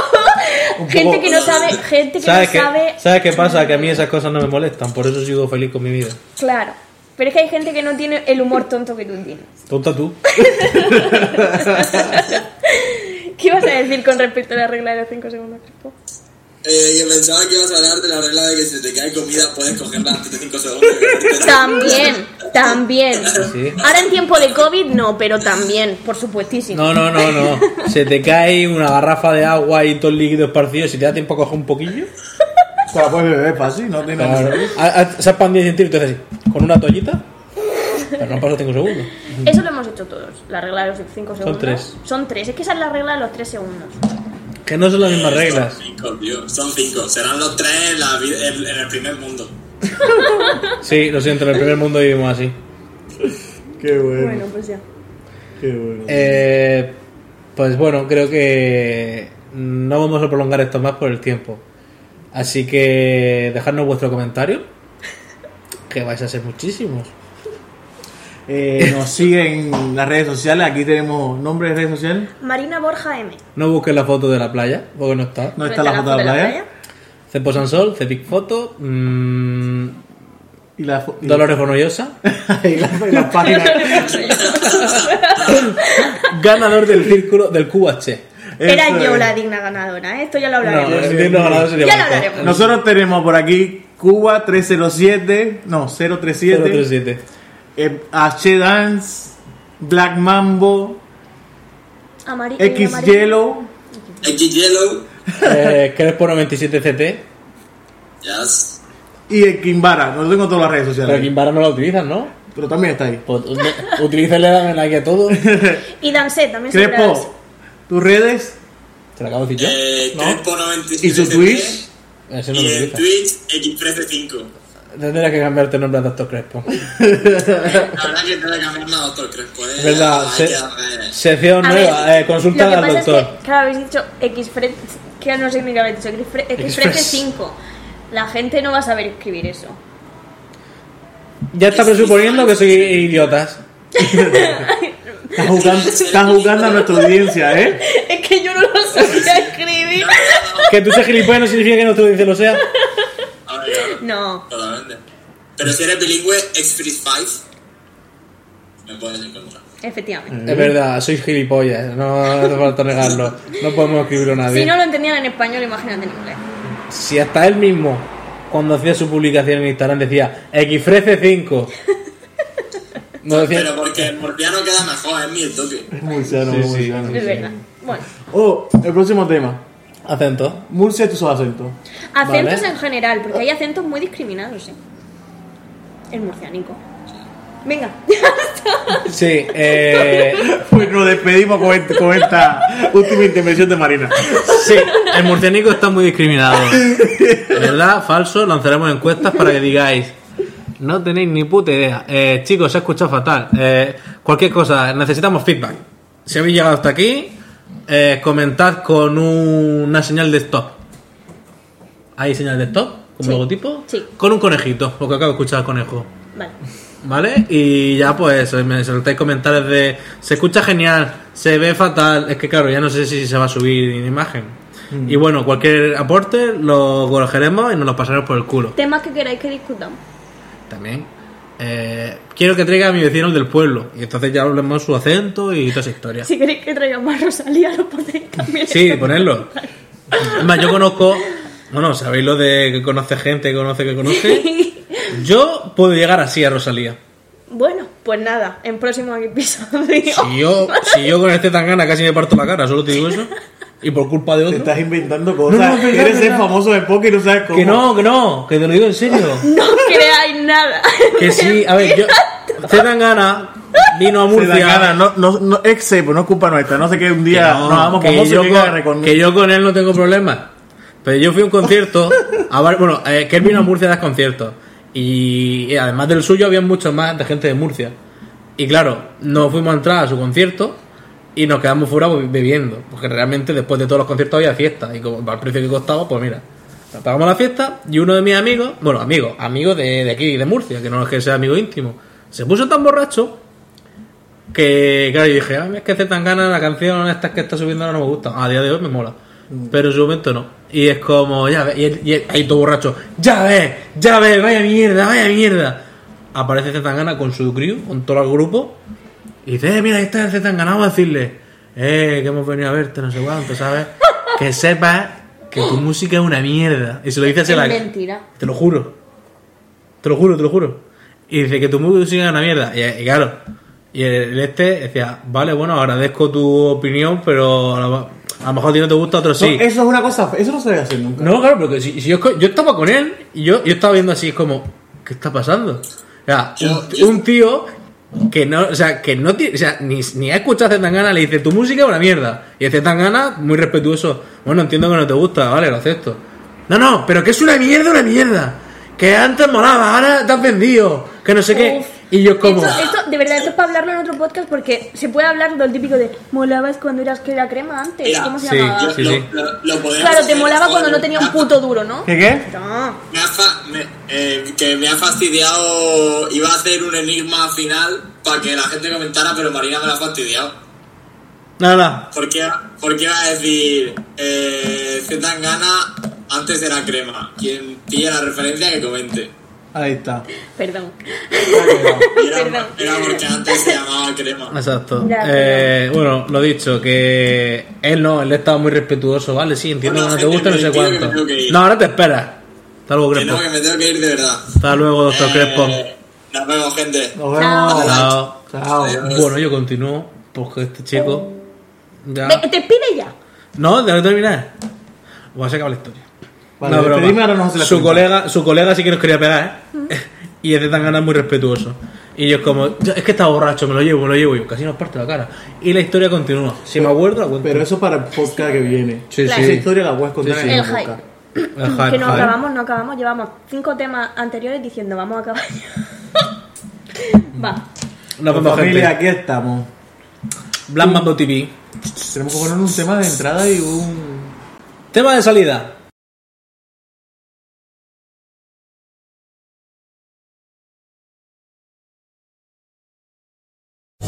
S2: Gente que no sabe, gente que
S1: ¿Sabes
S2: no
S1: qué,
S2: sabe.
S1: ¿Sabes qué pasa? Que a mí esas cosas no me molestan, por eso sigo feliz con mi vida.
S2: Claro. Pero es que hay gente que no tiene el humor tonto que tú tienes. (laughs)
S1: Tonta tú.
S2: ¿Qué ibas a decir con respecto a la regla de los 5 segundos, Crespo?
S4: Eh, que pensaba que ibas a hablar de la regla de que si te cae comida puedes cogerla antes de
S1: (laughs)
S4: 5 segundos.
S2: También, también.
S1: Sí.
S2: Ahora en tiempo de COVID no, pero también, por supuestísimo.
S1: No, no, no, no. Se te cae una garrafa de agua y todo el líquido esparcido. Si te da tiempo a coger un poquillo.
S3: Te la puedes beber fácil, no tiene
S1: Claro. Ah, ah, Se ha expandido centímetros así. Con una toallita. Pero no pasa 5 segundos.
S2: Eso lo hemos hecho todos, la regla de los 5 segundos.
S1: tres.
S2: Son tres, es que esa es la regla de los 3 segundos.
S1: Que no son las mismas reglas.
S4: Cinco, tío, Son 5. Serán los 3 en, la vida- en- en el primer mundo.
S1: Sí, lo siento, en el primer mundo vivimos así.
S3: Qué bueno,
S2: Bueno, pues ya.
S3: qué bueno.
S1: Eh, pues bueno, creo que no vamos a prolongar esto más por el tiempo. Así que dejadnos vuestro comentario, que vais a ser muchísimos.
S3: Eh, nos siguen en las redes sociales. Aquí tenemos nombre de redes sociales.
S2: Marina Borja M.
S1: No busquéis la foto de la playa, porque no está.
S3: No está la foto de la playa.
S1: Cepo Sansol, Cepic Foto, mm,
S3: Y la, fo- y-
S1: Dolores Bonollosa,
S3: (laughs) y la- y las
S2: (laughs)
S3: páginas.
S1: ganador del círculo del QH.
S2: Era
S3: Eso
S2: yo
S3: es.
S2: la digna ganadora, ¿eh? esto ya lo
S1: No,
S2: hablaremos.
S3: sí,
S1: dinos ganador sería
S2: ya lo
S1: bonito.
S2: hablaremos.
S3: Nosotros tenemos por aquí Cuba 307, no, 037,
S1: 037.
S3: eh, H Dance, Black Mambo,
S2: Amari- eh,
S3: X
S2: amarillo.
S3: Yellow,
S4: X Yellow,
S1: Eh, Crespo 97CT.
S4: yes.
S3: y el Kimbara. No tengo todas las redes
S1: Pero
S3: sociales,
S1: Kimbara no la utilizan, ¿no?
S3: pero también está ahí.
S1: Pues,
S2: (laughs)
S1: ut- utilícenle la like a todo. ¿Te
S2: Y Danset también se
S3: Crepo, tus redes
S1: la acabo de decir yo?
S4: Eh, Crespo 97
S3: y su Twitch.
S1: Ese no lo
S4: Y en
S1: utiliza.
S4: Twitch, X135.
S1: Tendrás que cambiarte el nombre a Doctor Crespo.
S4: La verdad que tengo que cambiarme a doctor Crespo, eh.
S1: ¿Verdad?
S4: Hay
S1: Se-
S4: que darle-
S1: sección
S2: A Ah, ver,
S1: nueva, eh, consulta
S2: lo que
S1: al
S2: pasa
S1: doctor.
S2: Es que, claro, habéis dicho Xfret, que no sé ni qué habéis dicho, Xfre- Xfrete
S1: Xfres.
S2: 5. La gente no va a saber escribir eso. (laughs)
S1: Ya está presuponiendo que soy
S2: (laughs)
S1: idiotas.
S3: Estás jugando, estás jugando a nuestra audiencia, ¿eh?
S2: Es que yo no lo
S1: (laughs)
S2: sabía escribir.
S1: Que tú seas gilipollas no significa que nuestro dice lo sea.
S4: A ver, ya.
S2: No.
S4: Totalmente. Pero si eres bilingüe, X-Freeze 5, me puedes encontrar.
S2: Efectivamente.
S1: Es verdad, sois gilipollas, no hace falta negarlo. No podemos escribirlo a nadie.
S2: Si no lo entendían en español, imagínate en inglés.
S1: Si hasta él mismo, cuando hacía su publicación en Instagram, decía Xfrece 5. No decía.
S4: Pero porque el morpiano queda mejor, es mi toque.
S3: Murciano,
S1: Sí, sí.
S3: murciano.
S2: Es verdad. Bueno,
S3: Oh, el próximo tema.
S1: Acento.
S3: Murcia y tus acentos.
S2: acentos
S1: Vale.
S2: en general, porque hay acentos muy discriminados, ¿eh? El murciánico. Venga. (laughs)
S1: Sí, eh,
S3: Pues nos despedimos con, este- con esta última intervención de Marina.
S1: sí, el murciánico está muy discriminado. De verdad, falso, lanzaremos encuestas para que digáis. No tenéis ni puta idea. Eh, chicos, se ha escuchado fatal. Eh, cualquier cosa, necesitamos feedback. Si habéis llegado hasta aquí, eh, comentad con un- una señal de stop. ¿Hay señal de stop? ¿Como
S2: Sí.
S1: logotipo?
S2: Sí.
S1: Con un conejito, lo que acabo de escuchar el conejo.
S2: Vale.
S1: ¿Vale? Y ya pues me soltáis comentarios de se escucha genial, se ve fatal, es que claro, ya no sé si se va a subir en imagen. Y bueno, cualquier aporte lo cogeremos y nos lo pasaremos por el culo.
S2: Temas que queráis que discutamos.
S1: También. eh, quiero que traiga a mi vecino el del pueblo. Y entonces ya hablemos su acento y toda esa historia.
S2: Si queréis que traiga más Rosalía, lo podéis también.
S1: Sí, ponerlo. Además, yo conozco. Bueno, sabéis lo de que conoce gente, que conoce, que conoce. Yo puedo llegar así a Rosalía.
S2: Bueno, pues nada, en próximo episodio.
S1: Si yo, si yo con este tangana casi me parto la cara, solo te digo eso. Y por culpa de
S3: Te
S1: otro.
S3: estás inventando cosas.
S1: No, no, es verdad,
S3: Quieres
S1: es
S3: ser
S1: verdad.
S3: famoso de poker y no sabes cómo.
S1: Que no, que no, que te lo digo en serio.
S2: (laughs) No creáis nada.
S1: Que sí, a ver, yo. Este tangana vino a
S3: Se da
S1: Murcia.
S3: cara, no, no, no, ex pues no es culpa nuestra. No sé qué un
S1: que
S3: día
S1: no,
S3: nos vamos
S1: que
S3: famosos
S1: yo
S3: y
S1: con-
S3: que, con...
S1: que yo con él no tengo problema. Pero yo fui a un
S3: (laughs)
S1: concierto. a var- bueno, eh, que él vino a Murcia a dar conciertos. Y eh, además del suyo, había muchos más de gente de Murcia. Y claro, no fuimos a entrar a su concierto. Y nos quedamos fuera be- bebiendo. Porque realmente después de todos los conciertos había fiesta. Y como al precio que costaba, pues mira. Pagamos la fiesta y uno de mis amigos, bueno, amigos, amigos de, de aquí, de Murcia, que no es que sea amigo íntimo, se puso tan borracho que claro, yo dije, "Ah, es que hace tan ganas la canción estas que está subiendo ahora no me gusta. A día de hoy me mola. Pero en su momento no. Y es como, ya ves, y, él- y él- ahí todo borracho, ya ves, ya ves, vaya mierda, vaya mierda. Aparece Zetangana con su crew, con todo el grupo, y dice, eh, mira, ahí está Zetangana, vamos a decirle, eh, que hemos venido a verte, no sé cuánto, ¿sabes? que sepas que tu música es una mierda. Y se lo dice
S2: Es
S1: así a la
S2: mentira.
S1: te lo juro. Te lo juro, te lo juro. Y dice que tu música es una mierda. Y, y claro, y el, el este decía, vale, bueno, agradezco tu opinión, pero a lo, a lo mejor a ti no te gusta, a otro
S3: No,
S1: sí.
S3: Eso es una cosa. Eso no se debe hacer nunca.
S1: No, claro, porque si, si yo, esco- yo estaba con él y yo, yo estaba viendo así, es como, ¿qué está pasando? O sea, un, un tío que no, o sea, que no tiene, o sea, ni, ni ha escuchado a Zetangana, le dice, tu música es una mierda. Y Zetangana, muy respetuoso, bueno, entiendo que no te gusta, vale, lo acepto. No, no, pero que es una mierda, una mierda. Que antes molaba, ahora te has vendido, que no sé qué.
S2: Uf.
S1: Y yo como...
S2: Esto, esto, de verdad, esto es para hablarlo en otro podcast porque se puede hablar del típico de molabas cuando eras que era crema antes.
S4: Era.
S2: Eh, ¿Cómo se
S1: Sí,
S2: llamaba?
S1: sí,
S4: Lo-
S1: sí.
S4: lo- lo podemos
S2: Claro, te
S4: hacer
S2: molaba
S4: ahora.
S2: cuando no tenía un puto
S1: (laughs)
S2: duro, ¿no?
S3: ¿Qué qué?
S2: No.
S4: Me ha fa- me- eh, que me ha fastidiado. Iba a hacer un enigma final para que la gente comentara, pero Marina me la ha fastidiado.
S3: Nada, nada.
S4: Porque, porque iba a decir. Eh, gana antes era crema. Quien pille la referencia que comente.
S3: Ahí está.
S2: Perdón.
S4: Y era,
S2: Perdón.
S4: era porque antes se
S1: (laughs)
S4: llamaba crema.
S1: Exacto.
S2: Ya,
S1: Eh, bueno, lo dicho, que él no, él estaba muy respetuoso, ¿vale? Sí, entiendo
S4: Bueno,
S1: que no te gusta, no sé
S4: gente, me
S1: cuánto.
S4: tengo que- me tengo que ir.
S1: No, ahora te esperas. Hasta luego,
S4: Que no,
S1: Crespo.
S4: que me tengo que ir de verdad.
S1: Hasta luego, doctor
S4: Eh,
S1: Crespo.
S4: Nos vemos, gente.
S3: Nos vemos.
S1: Chao.
S3: Chao.
S1: Bueno, yo continúo, porque este chico... Ya...
S2: Ve, te pide ya.
S1: No, déjame terminar. Voy a sacar la historia.
S3: Vale,
S1: no, broma.
S3: despedime, ahora nos hace la
S1: su,
S3: pregunta.
S1: colega, su colega sí que nos quería pegar, ¿eh? y es de tan ganas muy respetuoso. Y yo es como, "Ya, es que está borracho, me lo llevo, me lo llevo. Y yo casi nos parte la cara. Y la historia continúa. Si me acuerdo, la cuento.
S3: Pero eso para el podcast que viene.
S1: Sí,
S2: Claro.
S3: Esa
S1: sí.
S3: historia la puedes contar
S1: Sí,
S3: en
S1: sí.
S3: el
S2: El hype.
S3: podcast.
S1: Ajá,
S2: Que no
S1: ajá.
S2: acabamos, no acabamos. Llevamos cinco temas anteriores diciendo vamos a acabar. (laughs) Va.
S1: Nos
S3: Pues,
S1: vemos,
S3: familia,
S1: gente.
S3: aquí estamos.
S1: Black Mambo TV.
S3: Tenemos que poner un tema de entrada y un...
S1: Tema de salida.